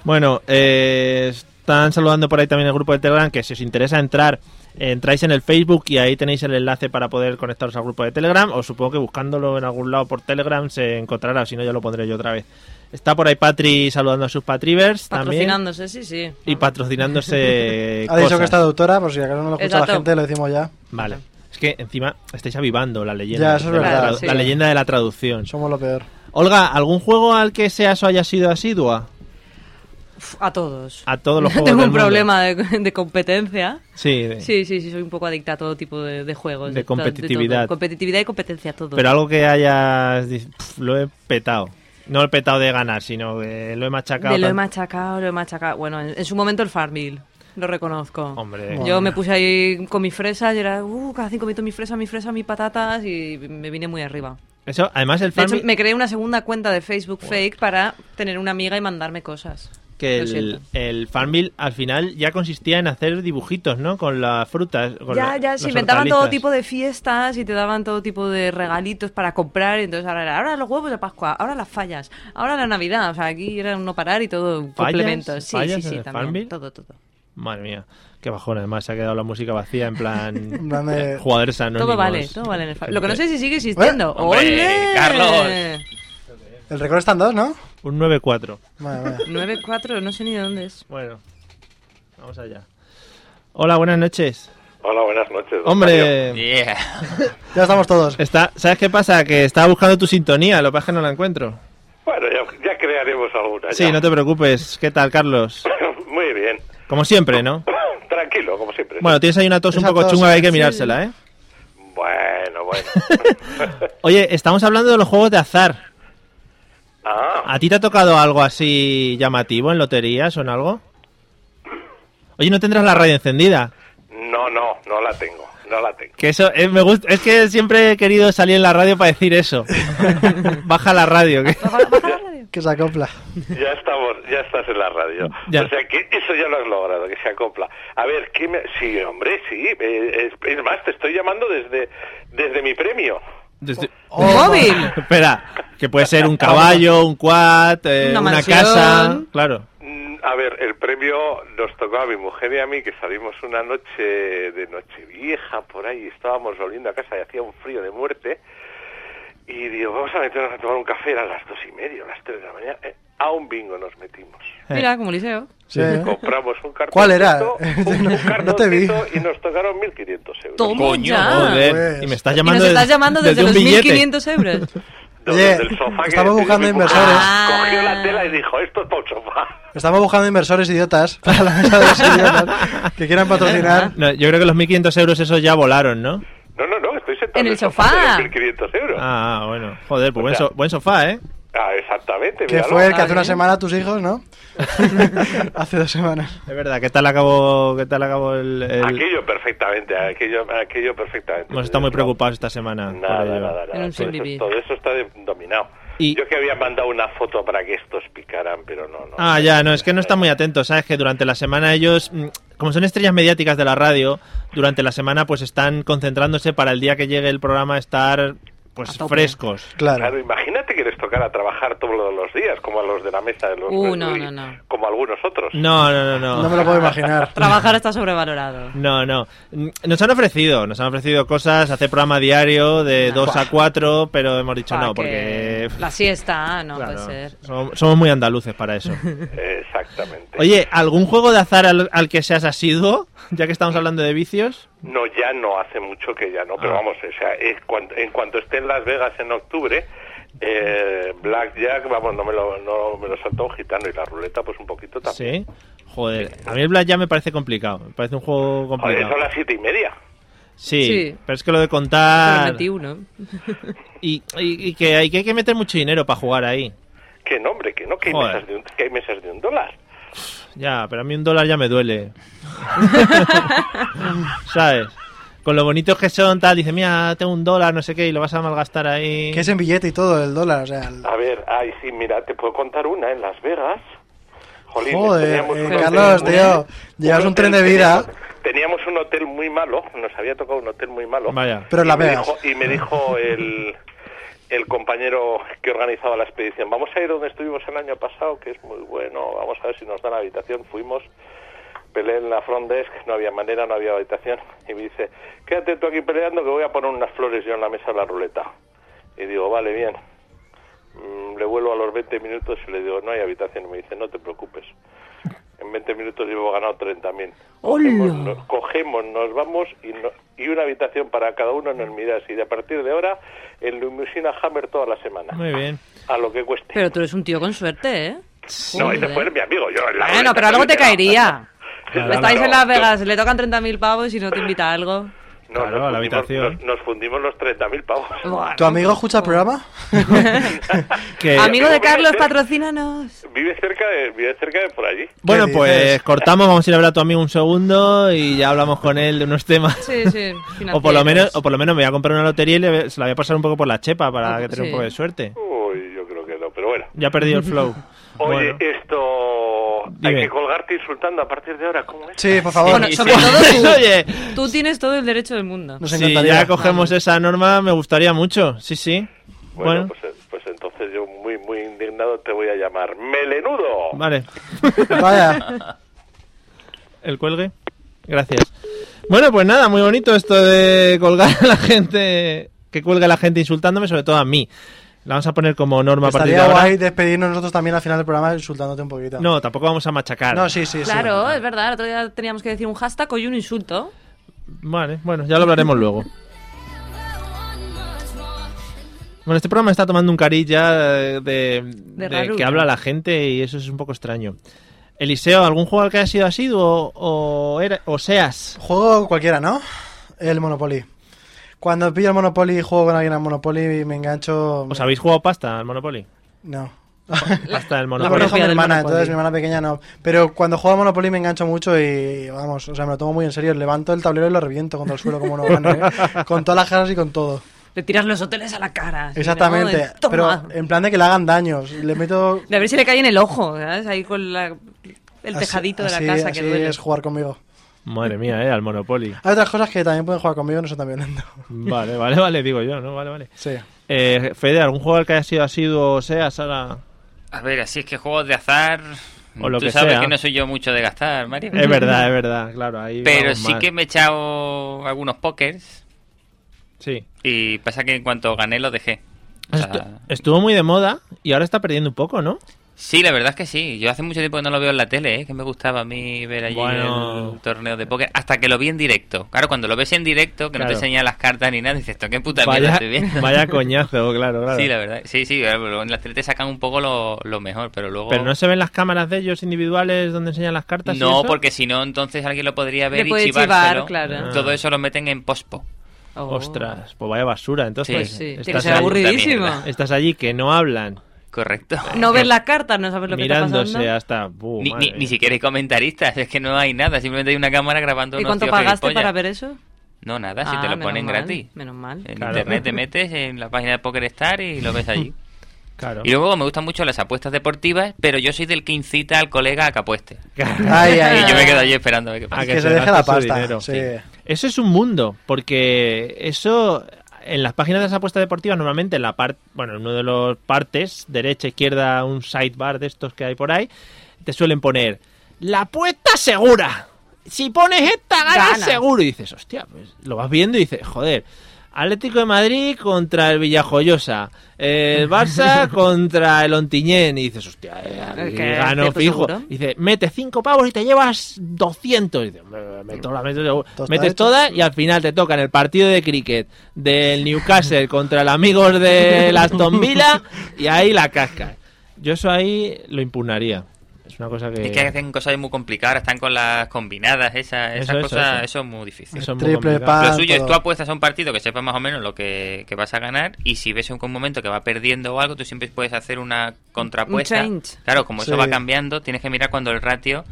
Speaker 4: Bueno, eh, están saludando por ahí también el grupo de Telegram, que si os interesa entrar, entráis en el Facebook y ahí tenéis el enlace para poder conectaros al grupo de Telegram, o supongo que buscándolo en algún lado por Telegram se encontrará, si no ya lo pondré yo otra vez. Está por ahí Patri saludando a sus Patrivers también
Speaker 6: Patrocinándose, sí, sí.
Speaker 4: y patrocinándose
Speaker 7: Ha dicho que
Speaker 4: cosas.
Speaker 7: está doctora, por si acaso no lo escucha
Speaker 6: Exacto.
Speaker 7: la gente, lo decimos ya.
Speaker 4: Vale. Es que encima estáis avivando la leyenda.
Speaker 7: Ya, eso es
Speaker 4: de
Speaker 7: verdad,
Speaker 4: La, tra-
Speaker 6: sí.
Speaker 4: la leyenda de la traducción.
Speaker 7: Somos lo peor.
Speaker 4: Olga, ¿algún juego al que Seaso haya sido asidua?
Speaker 6: Uf, a todos.
Speaker 4: A todos los juegos
Speaker 6: Tengo
Speaker 4: del
Speaker 6: un
Speaker 4: mundo.
Speaker 6: problema de, de competencia.
Speaker 4: Sí, de-
Speaker 6: Sí, sí, sí, soy un poco adicta a todo tipo de, de juegos.
Speaker 4: De
Speaker 6: to- todo.
Speaker 4: competitividad.
Speaker 6: Competitividad y competencia, todo.
Speaker 4: Pero algo que hayas... di- "Pf, lo he petado. No he petado de ganar, sino que lo he machacado.
Speaker 6: de lo he
Speaker 4: tan-
Speaker 6: machacado, lo he machacado. Bueno, en, en su momento el Farmville, lo reconozco.
Speaker 4: Hombre.
Speaker 6: Yo me puse ahí con mis fresas y era, uh, cada cinco minutos mi fresa, mi fresa, mis patatas y me vine muy arriba.
Speaker 4: Eso, además el
Speaker 6: De hecho,
Speaker 4: Farmville-
Speaker 6: me creé una segunda cuenta de Facebook fake para tener una amiga y mandarme cosas.
Speaker 4: que
Speaker 6: Lo
Speaker 4: el,
Speaker 6: siento.
Speaker 4: el Farmville al final ya consistía en hacer dibujitos, ¿no? Con las frutas. con
Speaker 6: Ya,
Speaker 4: la-
Speaker 6: ya,
Speaker 4: las
Speaker 6: se inventaban todo
Speaker 4: hortalizas.
Speaker 6: tipo de fiestas y te daban todo tipo de regalitos para comprar. Y entonces ahora era, ahora los huevos de Pascua, ahora las fallas, ahora la Navidad. O sea, aquí era un no parar y todo un
Speaker 4: ¿Fallas?
Speaker 6: complemento. Sí,
Speaker 4: ¿Fallas
Speaker 6: sí,
Speaker 4: en
Speaker 6: sí,
Speaker 4: el
Speaker 6: también.
Speaker 4: Farmville?
Speaker 6: Todo, todo.
Speaker 4: Madre mía, qué bajón. Además, se ha quedado la música vacía en plan.
Speaker 7: plan de-
Speaker 4: jugadores anónimos.
Speaker 6: Todo vale, todo vale en el Farmville. Lo que no sé es si
Speaker 4: ¿Eh?
Speaker 6: sigue existiendo.
Speaker 5: Hombre,
Speaker 6: ¡Ole!
Speaker 5: Carlos.
Speaker 7: El récord está en dos, ¿no?
Speaker 4: Un 9-4.
Speaker 7: Vale, vale.
Speaker 6: 9-4, no sé ni de dónde es.
Speaker 4: Bueno, vamos allá. Hola, buenas noches.
Speaker 10: Hola, buenas noches. don Mario.
Speaker 4: Hombre,
Speaker 5: Yeah.
Speaker 7: Ya estamos todos.
Speaker 4: está, ¿sabes qué pasa? Que estaba buscando tu sintonía, lo que pasa es que no la encuentro.
Speaker 10: Bueno, ya, ya crearemos alguna.
Speaker 4: Sí,
Speaker 10: ya.
Speaker 4: no te preocupes. ¿Qué tal, Carlos?
Speaker 10: Muy bien.
Speaker 4: Como siempre, ¿no?
Speaker 10: Tranquilo, como siempre.
Speaker 4: Bueno, tienes ahí una tos un
Speaker 7: Esa
Speaker 4: poco
Speaker 7: tos,
Speaker 4: chunga que hay que
Speaker 7: sí.
Speaker 4: mirársela, ¿eh?
Speaker 10: bueno. bueno.
Speaker 4: Oye, estamos hablando de los juegos de azar.
Speaker 10: ah,
Speaker 4: ¿A ti te ha tocado algo así llamativo en loterías o en algo? Oye, no tendrás la radio encendida.
Speaker 10: no, no, no la tengo. No la tengo.
Speaker 4: Que eso, eh, me gusta, es que siempre he querido salir en la radio para decir eso. Baja la radio. que-
Speaker 7: Que se acopla.
Speaker 10: Ya estamos, ya estás en la radio.
Speaker 4: Ya.
Speaker 10: O sea que eso ya lo has logrado, que se acopla. A ver, ¿qué me... sí, hombre, sí. eh, Es, es más, te estoy llamando desde, desde mi premio.
Speaker 4: Desde-
Speaker 6: ¡Un móvil!
Speaker 4: Espera, que puede ser un caballo, un quad, eh,
Speaker 6: Una
Speaker 4: una,
Speaker 6: mansión.
Speaker 4: casa. Claro.
Speaker 10: Mm, A ver, el premio nos tocó a mi mujer y a mí, que salimos una noche de Nochevieja por ahí, estábamos volviendo a casa y hacía un frío de muerte. Y digo, vamos a meternos a tomar un café, eran las dos y media, las tres de la mañana. eh, a un bingo nos metimos.
Speaker 4: Eh,
Speaker 6: Mira, como Liceo.
Speaker 7: Sí, ¿eh?
Speaker 10: Compramos un cartoncito.
Speaker 7: ¿Cuál era?
Speaker 10: Un, un
Speaker 7: No te vi.
Speaker 10: cartoncito y nos tocaron 1.500 euros.
Speaker 6: Toma
Speaker 4: Coño,
Speaker 6: ya.
Speaker 4: joder,
Speaker 7: Pues.
Speaker 4: Y me estás
Speaker 6: Y nos
Speaker 4: llamando,
Speaker 6: estás llamando desde,
Speaker 4: un
Speaker 6: los
Speaker 4: billete.
Speaker 6: 1500 euros.
Speaker 10: No,
Speaker 7: Oye,
Speaker 10: desde el sofá que
Speaker 7: estamos
Speaker 10: tenía
Speaker 7: buscando
Speaker 10: mi mujer,
Speaker 7: inversores.
Speaker 10: Cogió
Speaker 6: Ah.
Speaker 10: la tela y dijo, esto es para un sofá.
Speaker 7: Estamos buscando inversores idiotas para la mesa de los idiotas que quieran patrocinar.
Speaker 4: No, yo creo que los 1.500 euros esos ya volaron, ¿no?
Speaker 10: No, no, no, estoy sentado
Speaker 6: En el sofá.
Speaker 10: de los 1.500 euros. Ah,
Speaker 4: Ah, bueno. Joder, pues buen,
Speaker 10: O sea-
Speaker 4: so- buen sofá, ¿eh?
Speaker 10: exactamente.
Speaker 7: Que
Speaker 10: míralo.
Speaker 7: fue el que
Speaker 6: Ah,
Speaker 7: hace una
Speaker 6: bien.
Speaker 7: semana tus hijos, ¿no? hace dos semanas.
Speaker 4: Es verdad, ¿qué tal acabó, qué tal acabó el...? el-
Speaker 10: Ah, Aquello perfectamente, aquello, aquello perfectamente.
Speaker 4: Hemos estado muy
Speaker 10: No,
Speaker 4: preocupados esta semana. por
Speaker 10: Nada,
Speaker 4: ello.
Speaker 10: nada, nada.
Speaker 6: En un
Speaker 10: Todo
Speaker 6: sinvivir.
Speaker 10: eso, todo eso está de- dominado.
Speaker 4: Y-
Speaker 10: Yo que había mandado una foto para que estos picaran, pero no, no.
Speaker 4: Ah, ya, no, es que no están muy atentos, ¿sabes? Que durante la semana ellos, mm, como son estrellas mediáticas de la radio, durante la semana pues están concentrándose para el día que llegue el programa estar
Speaker 6: A
Speaker 4: pues
Speaker 6: tope.
Speaker 4: frescos.
Speaker 10: Claro,
Speaker 7: Claro.
Speaker 10: imagínate que les tocara trabajar todos los días, como a los de la mesa de los
Speaker 6: Uh,
Speaker 10: Luis,
Speaker 6: no, no, no.
Speaker 10: como algunos otros.
Speaker 4: No, no, no,
Speaker 7: No me
Speaker 4: no.
Speaker 7: lo puedo imaginar.
Speaker 6: Trabajar está sobrevalorado.
Speaker 4: No, no. Mm, Nos han ofrecido, nos han ofrecido cosas, hacer programa diario de
Speaker 6: Nah.
Speaker 4: 2 a 4, pero hemos dicho
Speaker 6: Pa'
Speaker 4: no,
Speaker 6: que-
Speaker 4: porque...
Speaker 6: La siesta, ah, no
Speaker 4: Claro,
Speaker 6: puede ser.
Speaker 4: Somos, somos muy andaluces para eso.
Speaker 10: Exactamente.
Speaker 4: Oye, ¿algún juego de azar al, al que seas asiduo? Ya que estamos hablando de vicios.
Speaker 10: No, ya no, hace mucho que ya no, pero
Speaker 4: Ah.
Speaker 10: vamos, o sea, es cuan- en cuanto esté en Las Vegas en octubre, eh, Blackjack, vamos, no me lo, no me lo saltó un gitano y la ruleta, pues un poquito también.
Speaker 4: Sí. Joder, a mí el Black ya me parece complicado. Me parece un juego
Speaker 10: Joder,
Speaker 4: complicado.
Speaker 10: son las siete y media.
Speaker 4: Sí,
Speaker 6: Sí.
Speaker 4: pero es que lo de
Speaker 6: Pero
Speaker 4: contar.
Speaker 6: metí uno.
Speaker 4: Y, y- y que, hay, que hay que meter mucho dinero para jugar ahí.
Speaker 10: Qué nombre, que no, que hay,
Speaker 4: Joder.
Speaker 10: mesas de un, que hay mesas de un dólar.
Speaker 4: Ya, pero a mí un dólar ya me duele. ¿Sabes? Con lo bonitos que son, tal, dice, mira, tengo un dólar, no sé qué, y lo vas a malgastar ahí.
Speaker 7: Que es en billete y todo, el dólar. O sea, el-
Speaker 10: A ver, ay, sí, mira, te puedo contar una en Las Vegas. Jolín,
Speaker 7: Joder,
Speaker 10: teníamos
Speaker 7: eh,
Speaker 10: un
Speaker 7: Carlos,
Speaker 10: hotel-
Speaker 7: tío. Llevas un
Speaker 10: hotel-
Speaker 7: tren de vida.
Speaker 10: Teníamos, teníamos un hotel muy malo, nos había tocado un hotel muy malo.
Speaker 4: Vaya.
Speaker 7: Pero en
Speaker 10: y
Speaker 7: Las
Speaker 10: me
Speaker 7: Vegas.
Speaker 10: dijo- y me dijo el, el compañero que organizaba la expedición, vamos a ir donde estuvimos el año pasado, que es muy bueno, vamos a ver si nos dan habitación. Fuimos, peleé en la front desk, no había manera, no había habitación. Y me dice, quédate tú aquí peleando que voy a poner unas flores yo en la mesa de la ruleta. Y digo, vale, bien. Mm, le vuelvo a los 20 minutos y le digo, no hay habitación. Y me dice, no te preocupes. En 20 minutos llevo ganado 30.000. Cogemos, nos, cogemos, nos vamos y, no- y una habitación para cada uno en el Midas. Y de a partir de ahora, en Lumusina Hammer toda la semana.
Speaker 4: Muy bien.
Speaker 10: A lo que cueste.
Speaker 6: Pero tú eres un tío con suerte, ¿eh?
Speaker 10: no, ese
Speaker 6: Joder.
Speaker 10: fue mi amigo. Yo, la
Speaker 6: Bueno,
Speaker 10: verdad,
Speaker 6: pero algo te
Speaker 10: no,
Speaker 6: caería.
Speaker 4: Claro,
Speaker 6: Estáis
Speaker 10: no,
Speaker 6: en Las
Speaker 10: no.
Speaker 6: Vegas, le tocan 30.000 pavos y no te invita a algo.
Speaker 10: No,
Speaker 4: Claro,
Speaker 10: nos
Speaker 4: a la
Speaker 10: fundimos-
Speaker 4: habitación.
Speaker 10: Nos, nos fundimos los 30.000 pavos.
Speaker 6: Buah,
Speaker 7: ¿Tu amigo escucha el programa?
Speaker 4: Que-
Speaker 6: Amigo de
Speaker 10: Pero-
Speaker 4: eh.
Speaker 6: Carlos, patrocínanos.
Speaker 10: Vive cerca de, vive cerca de por allí.
Speaker 4: Bueno,
Speaker 7: ¿Qué
Speaker 4: pues
Speaker 7: dices?
Speaker 4: cortamos, vamos a ir a hablar a tu amigo un segundo y ya hablamos con él de unos temas.
Speaker 6: Sí, sí.
Speaker 4: O por, lo
Speaker 6: financieros.
Speaker 4: menos, o por lo menos me voy a comprar una lotería y le- se la voy a pasar un poco por la chepa para
Speaker 6: Ah,
Speaker 4: que tenga
Speaker 6: sí.
Speaker 4: un poco de suerte.
Speaker 10: Uy, yo creo que no, pero bueno.
Speaker 4: Ya he perdido el flow.
Speaker 10: Oye,
Speaker 4: Bueno.
Speaker 10: esto... Hay
Speaker 4: Dime.
Speaker 10: que colgarte insultando a partir de ahora, ¿cómo es?
Speaker 7: Sí, por favor.
Speaker 6: Bueno,
Speaker 4: Sí,
Speaker 6: sobre
Speaker 4: sí.
Speaker 6: todo tú.
Speaker 4: Oye,
Speaker 6: Tú tienes todo el derecho del mundo.
Speaker 7: Nos
Speaker 4: si
Speaker 7: encantaría.
Speaker 4: ya cogemos esa norma, me gustaría mucho. Sí, sí. Bueno,
Speaker 10: Bueno, Pues, eh, pues entonces yo muy, muy indignado te voy a llamar Melenudo.
Speaker 4: vale.
Speaker 7: Vaya.
Speaker 4: El cuelgue. Gracias. Bueno, pues nada, muy bonito esto de colgar a la gente, que cuelga a la gente insultándome, sobre todo a mí. La vamos a poner como norma a partir de
Speaker 7: Estaría
Speaker 4: ahora.
Speaker 7: guay despedirnos nosotros también al final del programa insultándote un poquito.
Speaker 4: No, tampoco vamos a machacar.
Speaker 7: No, sí, sí. sí.
Speaker 6: Claro, es verdad. El otro día teníamos que decir un hashtag y un insulto.
Speaker 4: Vale, bueno, ya lo hablaremos luego. Bueno, este programa está tomando un cariz ya eh, de, de
Speaker 6: rarura.
Speaker 4: que habla la gente y eso es un poco extraño. Eliseo, ¿algún juego al que has sido asiduo o, era- o seas?
Speaker 7: Juego cualquiera, ¿no? El Monopoly. Cuando pillo el Monopoly y juego con alguien al Monopoly y me engancho.
Speaker 4: ¿Os habéis jugado pasta al Monopoly?
Speaker 7: No.
Speaker 4: Pasta del
Speaker 7: La
Speaker 4: Monopoly.
Speaker 7: conozco a
Speaker 6: propia
Speaker 7: mi
Speaker 6: del
Speaker 7: hermana,
Speaker 6: Monopoly.
Speaker 7: entonces mi hermana pequeña no. Pero cuando juego al Monopoly me engancho mucho y vamos, o sea, me lo tomo muy en serio. Levanto el tablero y lo reviento contra el suelo como no gane, ¿eh? Con todas las caras y con todo.
Speaker 6: Le tiras los hoteles a la cara. así,
Speaker 7: Exactamente.
Speaker 6: ¿no? De,
Speaker 7: Pero
Speaker 6: "Toma".
Speaker 7: en plan de que le hagan daños. Le meto.
Speaker 6: De a ver si le cae en el ojo, ¿sabes? Ahí con la- el
Speaker 7: así-
Speaker 6: tejadito de
Speaker 7: así-
Speaker 6: la casa que
Speaker 7: así
Speaker 6: duele.
Speaker 7: es jugar conmigo.
Speaker 4: Madre mía, eh, al Monopoly.
Speaker 7: Hay otras cosas que también pueden jugar conmigo, no son tan violento.
Speaker 4: Vale, vale, vale, digo yo, ¿no? Vale, vale.
Speaker 7: Sí.
Speaker 4: Eh, Fede, ¿algún juego al que has sido asiduo o seas? Ahora...
Speaker 5: A ver, así es que juegos de azar.
Speaker 4: O lo
Speaker 5: tú
Speaker 4: que
Speaker 5: sabes
Speaker 4: sea.
Speaker 5: que no soy yo mucho de gastar, Mario.
Speaker 4: Es verdad, es verdad, claro. Ahí
Speaker 5: Pero
Speaker 4: vamos
Speaker 5: sí
Speaker 4: mal.
Speaker 5: que me he echado algunos pokers.
Speaker 4: Sí.
Speaker 5: Y pasa que en cuanto gané, los dejé. O sea,
Speaker 4: Estu- estuvo muy de moda y ahora está perdiendo un poco, ¿no?
Speaker 5: Sí, la verdad es que sí. Yo hace mucho tiempo que no lo veo en la tele, ¿eh? que me gustaba a mí ver allí
Speaker 4: Bueno.
Speaker 5: el torneo de póker, hasta que lo vi en directo. Claro, cuando lo ves en directo, que no te
Speaker 4: Claro.
Speaker 5: enseñan las cartas ni nada, dices, ¿esto qué puta mierda
Speaker 4: Vaya,
Speaker 5: estoy viendo?
Speaker 4: vaya coñazo, claro, claro.
Speaker 5: Sí, la verdad. Sí, sí, claro, en la tele te sacan un poco lo, lo mejor, pero luego...
Speaker 4: Pero no se ven las cámaras de ellos individuales donde enseñan las cartas. y
Speaker 5: No,
Speaker 4: eso?
Speaker 5: porque si no, entonces alguien lo podría ver
Speaker 6: Le
Speaker 5: y
Speaker 6: puede chivar,
Speaker 5: chivárselo. Ah.
Speaker 6: claro.
Speaker 5: Todo eso lo meten en pospo.
Speaker 6: Oh.
Speaker 4: Ostras, pues vaya basura. Entonces,
Speaker 6: Pues sí, tiene que
Speaker 4: estás,
Speaker 6: ser
Speaker 4: allí,
Speaker 6: aburridísimo.
Speaker 5: también,
Speaker 4: estás allí que no hablan,
Speaker 5: Correcto.
Speaker 6: No Oh, ver las cartas, no saber Pues lo que está
Speaker 4: mirándose
Speaker 6: pasando.
Speaker 4: hasta. buh,
Speaker 5: Ni,
Speaker 4: madre
Speaker 5: ni,
Speaker 4: mía.
Speaker 5: ni siquiera hay comentaristas, es que no hay nada, simplemente hay una cámara grabando
Speaker 6: ¿Y
Speaker 5: unos
Speaker 6: cuánto
Speaker 5: tíos
Speaker 6: pagaste
Speaker 5: gilipollas.
Speaker 6: para ver eso?
Speaker 5: No, nada, si
Speaker 6: Ah,
Speaker 5: te lo
Speaker 6: menos
Speaker 5: ponen
Speaker 6: mal,
Speaker 5: gratis. Eh,
Speaker 6: Menos mal.
Speaker 5: En
Speaker 4: Claro.
Speaker 5: internet te metes en la página de PokerStar y lo ves allí.
Speaker 4: Claro.
Speaker 5: Y luego me gustan mucho las apuestas deportivas, pero yo soy del que incita al colega a que apueste.
Speaker 7: Ay,
Speaker 6: Ah.
Speaker 7: ay,
Speaker 5: Y yo me
Speaker 7: ay.
Speaker 5: quedo allí esperando a ver qué
Speaker 4: Ah,
Speaker 5: pasa.
Speaker 7: que se
Speaker 4: deje
Speaker 7: deje la pasta, sí.
Speaker 4: Eso es un mundo, porque eso en las páginas de las apuestas deportivas normalmente en la parte, bueno, en uno de los partes, derecha, izquierda, un sidebar de estos que hay por ahí, te suelen poner la apuesta segura. Si pones esta ganas
Speaker 6: Ganas.
Speaker 4: seguro y dices, hostia, pues lo vas viendo y dices, joder, Atlético de Madrid contra el Villajoyosa, el Barça contra el Ontiñén y dices, hostia, eh,
Speaker 6: Es
Speaker 4: aquí
Speaker 6: que
Speaker 4: gano
Speaker 6: cierto
Speaker 4: fijo.
Speaker 6: seguro.
Speaker 4: Y dice, mete 5 pavos y te llevas 200. Y dice, "Me- meto la- meto-
Speaker 7: Tostada
Speaker 4: metes
Speaker 7: hecha.
Speaker 4: todas y al final te tocan el partido de cricket del Newcastle contra el amigos de las Aston Villa y ahí la casca. Yo eso ahí lo impugnaría. Es una cosa que...
Speaker 5: Es que hacen cosas muy complicadas, están con las combinadas, esas,
Speaker 4: Eso,
Speaker 5: esas
Speaker 4: eso,
Speaker 5: cosas,
Speaker 4: eso.
Speaker 5: eso es muy difícil.
Speaker 4: eso es muy
Speaker 7: Triple
Speaker 4: complicado.
Speaker 7: pan.
Speaker 5: Lo suyo es
Speaker 7: todo.
Speaker 5: tú apuestas a un partido que sepas más o menos lo que, que vas a ganar y si ves en un momento que va perdiendo o algo, tú siempre puedes hacer una contrapuesta.
Speaker 6: Un change.
Speaker 5: Claro, como eso
Speaker 7: Sí.
Speaker 5: va cambiando, tienes que mirar cuando el ratio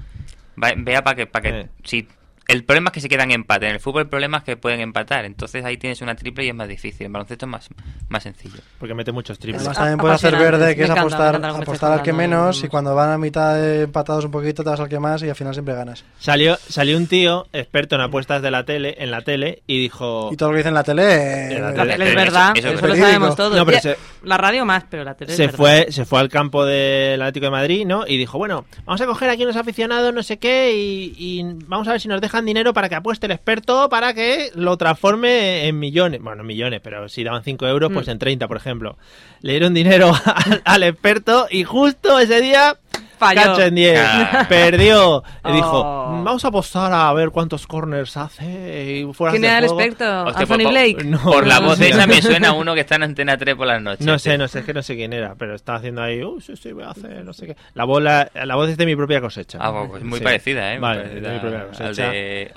Speaker 5: va- vea para que... para que
Speaker 4: Eh.
Speaker 5: si, el problema es que se quedan empate. En el fútbol el problema es que pueden empatar. Entonces ahí tienes una triple y es más difícil. En baloncesto es más, más sencillo.
Speaker 4: Porque mete muchos triples.
Speaker 7: Además
Speaker 6: Ah,
Speaker 7: también puedes hacer
Speaker 6: apasionante.
Speaker 7: verde, que
Speaker 6: Me
Speaker 7: es
Speaker 6: encanta, me
Speaker 7: apostar,
Speaker 6: encanta cómo me
Speaker 7: apostar al
Speaker 6: estás
Speaker 7: que
Speaker 6: hablando.
Speaker 7: menos y cuando van a mitad de empatados un poquito te vas al que más y al final siempre ganas.
Speaker 4: Salió, salió un tío experto en apuestas de la tele, en la tele y dijo...
Speaker 7: Y todo lo que dicen en la tele...
Speaker 4: En Oh. la
Speaker 7: eh,
Speaker 4: tele.
Speaker 6: Es verdad, eso,
Speaker 5: Eso- eso
Speaker 7: es
Speaker 6: lo
Speaker 7: verídico.
Speaker 6: sabemos todos.
Speaker 4: No, pero
Speaker 6: Ya,
Speaker 4: se-
Speaker 6: La radio más, pero la tele es
Speaker 4: se
Speaker 6: verdad.
Speaker 4: fue, se fue al campo del Atlético de Madrid, ¿no? Y dijo, bueno, vamos a coger aquí unos aficionados, no sé qué, y, y vamos a ver si nos dejan dinero para que apueste el experto para que lo transforme en millones. Bueno, no millones, pero si daban 5 euros,
Speaker 6: Mm.
Speaker 4: pues en 30, por ejemplo. Le dieron dinero al, al experto y justo ese día...
Speaker 6: Falló.
Speaker 4: cacho en 10.
Speaker 5: Ah.
Speaker 4: Perdió. Y dijo,
Speaker 6: Oh.
Speaker 4: vamos a apostar a ver cuántos corners hace. Y fueras
Speaker 6: ¿Quién
Speaker 4: de
Speaker 6: era el
Speaker 4: juego".
Speaker 6: experto?
Speaker 5: Hostia,
Speaker 6: Oh, Anthony
Speaker 5: por-
Speaker 6: Blake.
Speaker 4: no,
Speaker 5: Por la
Speaker 4: no,
Speaker 5: voz
Speaker 4: no.
Speaker 5: esa me suena a uno que está en Antena 3 por las noches.
Speaker 4: No sé, no sé, es que no sé quién era, pero estaba haciendo ahí, uy, sí, sí, voy a hacer, no sé qué. La, bola, la voz es de mi propia cosecha.
Speaker 5: Ah, pues muy
Speaker 4: Sí.
Speaker 5: parecida, ¿eh? Muy
Speaker 4: Vale,
Speaker 5: parecida
Speaker 4: de mi propia
Speaker 5: al
Speaker 4: cosecha.
Speaker 5: de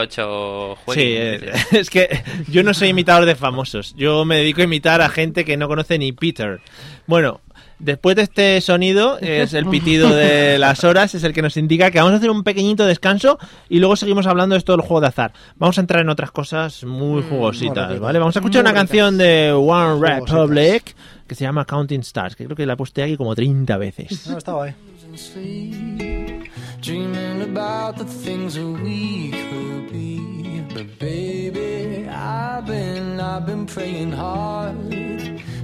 Speaker 5: 888 juegos.
Speaker 4: Sí, eh, es, es que yo no soy imitador de famosos, yo me dedico a imitar a gente que no conoce ni Peter. Bueno, después de este sonido, es el pitido de las horas, es el que nos indica que vamos a hacer un pequeñito descanso y luego seguimos hablando de esto del juego de azar. Vamos a entrar en otras cosas muy jugositas,
Speaker 7: ricas.
Speaker 4: ¿vale? Vamos a escuchar
Speaker 7: Mm, Muy
Speaker 4: una
Speaker 7: ricas.
Speaker 4: canción de One
Speaker 7: Jugositas.
Speaker 4: Republic que se llama Counting Stars, que creo que la aposté aquí como 30 veces.
Speaker 7: No, está guay.
Speaker 3: and sleep, dreaming about the things a week could be. But baby, I've been, I've been praying hard.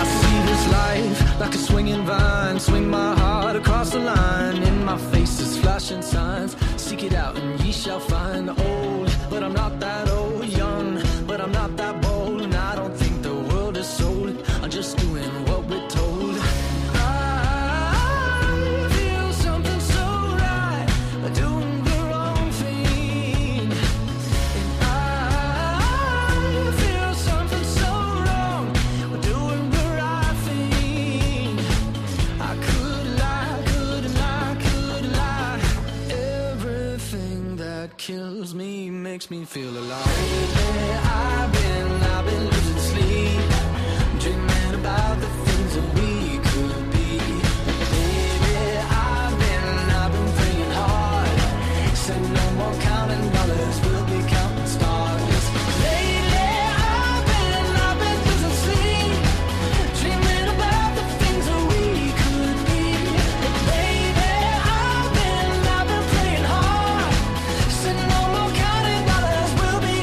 Speaker 3: I see this life like a swinging vine. Swing my heart across the line. In my face is flashing signs. Seek it out and ye shall find. Old, but I'm not that old. Young, but I'm not that bold. And I don't think the world is sold. I'm just doing what we're told. I feel something so right. Doing the wrong thing. I feel something so wrong. We're doing the right thing. I could lie, could lie, could lie. Everything that kills me makes me feel alive. Lately, I've been, I've been losing sleep, dreaming about the things that we could be. Baby, I've been, I've been praying hard. Said no more counting dollars, we'll be counting stars. Lately, I've been, I've been losing sleep, dreaming about the things that we could be. Baby, I've been, I've been praying hard. Said no more counting dollars, we'll be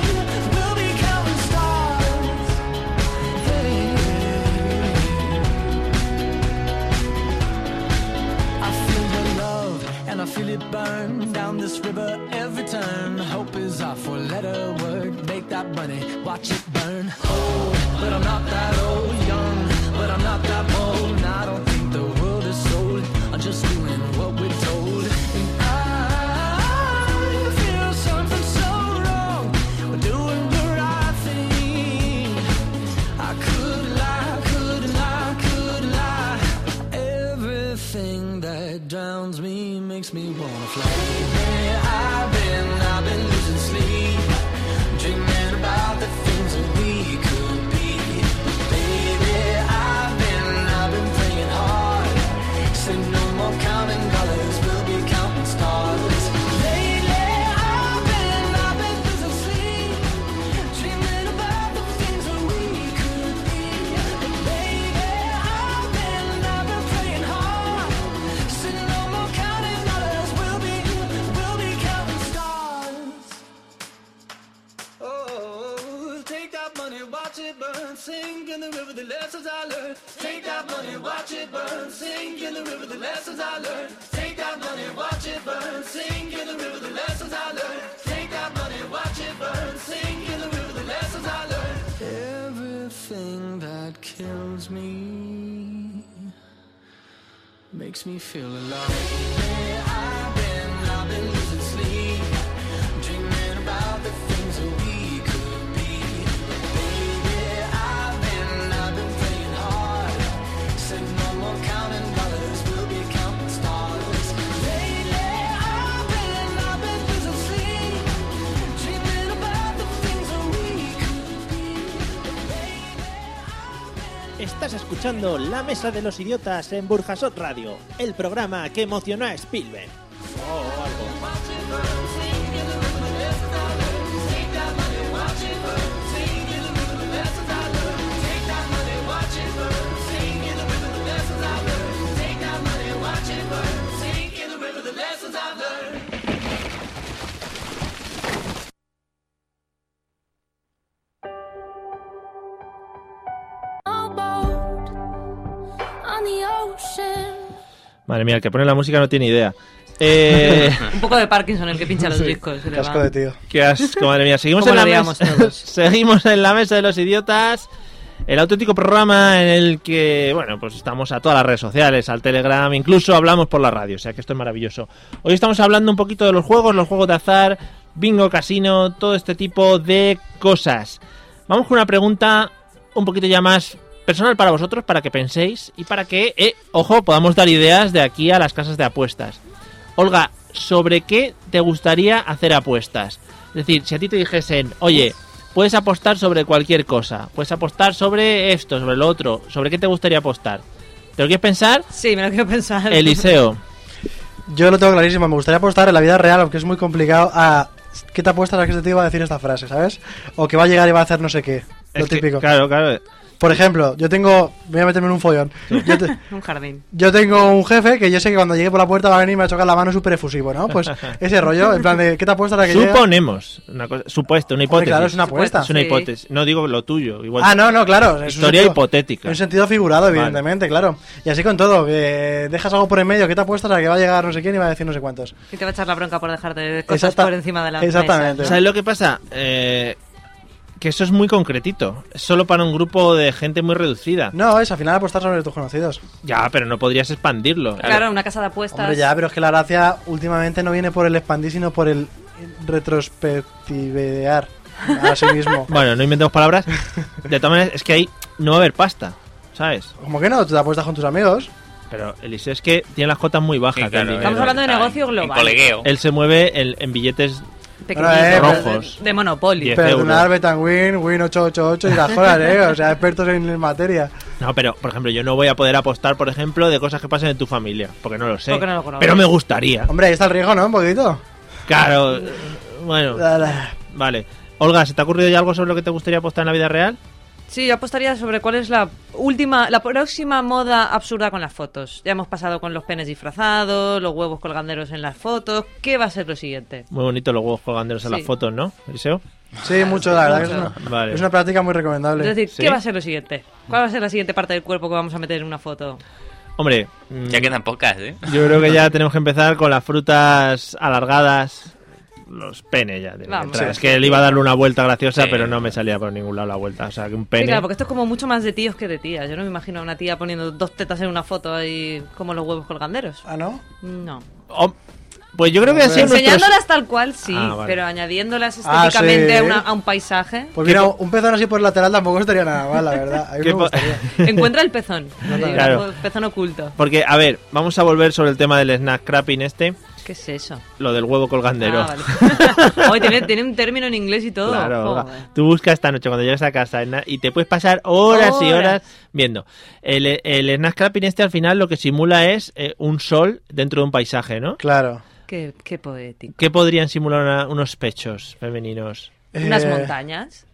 Speaker 3: my money, watch it burn. Old, but I'm not that old. Young, but I'm not that bold. And I don't think the world is sold. I'm just doing what we're told. And I feel something so wrong. We're doing the right thing. I could lie, could lie, could lie. Everything that drowns me makes me wanna fly. I've been, I've been losing sleep. Dreaming about the things that we could be. Baby, I've been, I've been playing hard. Said no more counting dollars, we'll be counting stars. Lately, I've been, I've been losing sleep. Dreaming about the things that we could be. Baby, I've been, I've been playing hard. Said no more counting dollars, we'll be, we'll be counting stars. Oh, take that money, watch it burn, sink in the river, the lessons I learned. Take that money, watch it burn, sink in the river, the lessons I learned. Take that money, watch it burn, sink in the river, the lessons I learned. Take that money, watch it burn, sink in the river, the lessons I learned. Everything that kills me makes me feel alive. I've been, I've been losing sleep. Dreaming about the things that we could be. Baby, I've been, I've been playing hard. Said no more counting dollars, we'll be counting stars. Lately, I've been, I've been losing sleep. Dreaming about the things that we could be.
Speaker 8: Estás escuchando La Mesa de los Idiotas en Burjasot Radio, el programa que emocionó a Spielberg.
Speaker 4: Madre mía, el que pone la música no tiene idea. Eh,
Speaker 6: Un poco de Parkinson el que pincha los
Speaker 7: Sí,
Speaker 6: discos. se le
Speaker 7: Casco
Speaker 6: va.
Speaker 7: de tío.
Speaker 4: qué asco, madre mía. Seguimos
Speaker 6: ¿Cómo
Speaker 4: en, la
Speaker 6: la liamos
Speaker 4: mesa,
Speaker 6: todos?
Speaker 4: seguimos en la mesa de los idiotas. El auténtico programa en el que, bueno, pues estamos a todas las redes sociales, al Telegram, incluso hablamos por la radio, o sea que esto es maravilloso. Hoy estamos hablando un poquito de los juegos, los juegos de azar, bingo, casino, todo este tipo de cosas. Vamos con una pregunta un poquito ya más personal para vosotros, para que penséis y para que, eh, ojo, podamos dar ideas de aquí a las casas de apuestas. Olga, ¿sobre qué te gustaría hacer apuestas? Es decir, si a ti te dijesen, oye, puedes apostar sobre cualquier cosa, puedes apostar sobre esto, sobre lo otro, ¿sobre qué te gustaría apostar? ¿Te lo quieres pensar?
Speaker 6: Sí, me lo quiero pensar.
Speaker 4: Eliseo.
Speaker 7: Yo lo tengo clarísimo, me gustaría apostar en la vida real, aunque es muy complicado, a qué te apuestas a que este tío va a decir esta frase, ¿sabes? O que va a llegar y va a hacer no sé qué. Lo
Speaker 4: Es que,
Speaker 7: típico.
Speaker 4: claro, claro.
Speaker 7: Por ejemplo, yo tengo. Voy a meterme en un follón. Yo, te-
Speaker 6: Un jardín.
Speaker 7: yo tengo un jefe que yo sé que cuando llegue por la puerta va a venir y me va a chocar la mano súper efusivo, ¿no? Pues ese rollo, en plan de ¿qué te apuestas a que llegue?
Speaker 4: Suponemos, una cosa, supuesto, una
Speaker 7: Hombre,
Speaker 4: hipótesis.
Speaker 7: claro, es una apuesta.
Speaker 4: Es una
Speaker 6: Sí.
Speaker 4: hipótesis. No digo lo tuyo. Igual
Speaker 7: Ah, no, no, claro. es un
Speaker 4: Historia
Speaker 7: sentido-
Speaker 4: hipotética.
Speaker 7: En sentido figurado,
Speaker 4: Vale.
Speaker 7: evidentemente, claro. Y así con todo, que dejas algo por en medio, ¿qué te apuestas a que va a llegar no sé quién y va a decir no sé cuántos?
Speaker 6: Y te va a echar la bronca por dejarte cosas
Speaker 7: Exacta-
Speaker 6: por encima de la
Speaker 7: exactamente.
Speaker 6: mesa.
Speaker 4: ¿Sabes lo que pasa? Eh, que eso es muy concretito. Es solo para un grupo de gente muy reducida.
Speaker 7: No, es al final apostar sobre tus conocidos.
Speaker 4: Ya, pero no podrías expandirlo.
Speaker 6: Claro, una casa de apuestas.
Speaker 7: Hombre, ya, pero es que la gracia últimamente no viene por el expandir, sino por el retrospectivear a sí mismo.
Speaker 4: Bueno, no inventemos palabras. De todas maneras, es que ahí no va a haber pasta, ¿sabes?
Speaker 7: Como que no, tú te apuestas con tus amigos.
Speaker 4: Pero Eliseo es que tiene las cotas muy bajas.
Speaker 5: Sí, claro,
Speaker 4: del dinero.
Speaker 6: Estamos hablando de
Speaker 5: está en-
Speaker 6: negocio global.
Speaker 5: En colegueo.
Speaker 4: Él se mueve en, en billetes.
Speaker 6: Pequeñitos.
Speaker 7: eh,
Speaker 4: Rojos.
Speaker 6: De, de Monopoly.
Speaker 4: Diez.
Speaker 7: Perdonar,
Speaker 4: euros.
Speaker 7: Betanwin, Win 888 y las cosas, ¿eh? O sea, expertos en materia.
Speaker 4: No, pero por ejemplo, yo no voy a poder apostar, por ejemplo, de cosas que pasen en tu familia, porque no lo sé.
Speaker 6: Porque no lo conozco.
Speaker 4: pero me gustaría.
Speaker 7: Hombre, ahí está el riesgo, ¿no? Un poquito.
Speaker 4: Claro. eh, Bueno, vale. Olga, ¿se te ha ocurrido ya algo sobre lo que te gustaría apostar en la vida real?
Speaker 6: Sí, yo apostaría sobre cuál es la última, la próxima moda absurda con las fotos. Ya hemos pasado con los penes disfrazados, los huevos colganderos en las fotos. ¿Qué va a ser lo siguiente?
Speaker 4: Muy bonito los huevos colganderos en
Speaker 6: Sí.
Speaker 4: las fotos, ¿no, Eliseo?
Speaker 7: Sí, mucho, la verdad. que es, una,
Speaker 4: Vale.
Speaker 7: es una práctica muy recomendable.
Speaker 6: Es decir,
Speaker 4: Sí.
Speaker 6: ¿qué va a ser lo siguiente? ¿Cuál va a ser la siguiente parte del cuerpo que vamos a meter en una foto?
Speaker 4: Hombre, mm,
Speaker 5: Ya quedan pocas, ¿eh?
Speaker 4: yo creo que ya tenemos que empezar con las frutas alargadas, los penes ya. de
Speaker 6: Vamos.
Speaker 4: entrada.
Speaker 6: Sí.
Speaker 4: Es que le iba a darle una vuelta graciosa,
Speaker 5: Sí.
Speaker 4: pero no me salía por ningún lado la vuelta. O sea, que un
Speaker 6: Sí,
Speaker 4: pene.
Speaker 6: claro, porque esto es como mucho más de tíos que de tías. Yo no me imagino a una tía poniendo dos tetas en una foto ahí como los huevos colganderos.
Speaker 7: Ah, ¿no?
Speaker 6: No.
Speaker 4: Oh, pues yo creo que
Speaker 7: Hombre.
Speaker 4: así en nuestros-
Speaker 6: Enseñándolas tal cual, sí,
Speaker 4: Ah, vale. Ah,
Speaker 6: pero añadiéndolas estéticamente
Speaker 7: sí.
Speaker 6: a, una- a un paisaje.
Speaker 7: Pues mira, un pezón así por el lateral tampoco estaría nada mal, la verdad. A mí
Speaker 4: ¿Qué
Speaker 7: me
Speaker 4: po-
Speaker 7: gustaría.
Speaker 6: Pues Encuentra el pezón. Eh,
Speaker 4: Claro.
Speaker 6: El pezón oculto.
Speaker 4: Porque, a ver, vamos a volver sobre el tema del snack crapping este,
Speaker 6: ¿Qué es eso?
Speaker 4: lo del huevo colgandero.
Speaker 6: Ah, vale. Oye, tiene, tiene un término en inglés y todo.
Speaker 4: Claro,
Speaker 6: Joder.
Speaker 4: Olga. tú buscas esta noche cuando llegas a casa na- y te puedes pasar horas y
Speaker 6: Horas.
Speaker 4: horas viendo. El, el snack crapping este al final lo que simula es eh, un sol dentro de un paisaje, ¿no?
Speaker 7: Claro.
Speaker 6: Qué, qué poético.
Speaker 4: ¿Qué podrían simular una- unos pechos femeninos?
Speaker 6: Unas
Speaker 7: Eh,
Speaker 6: montañas.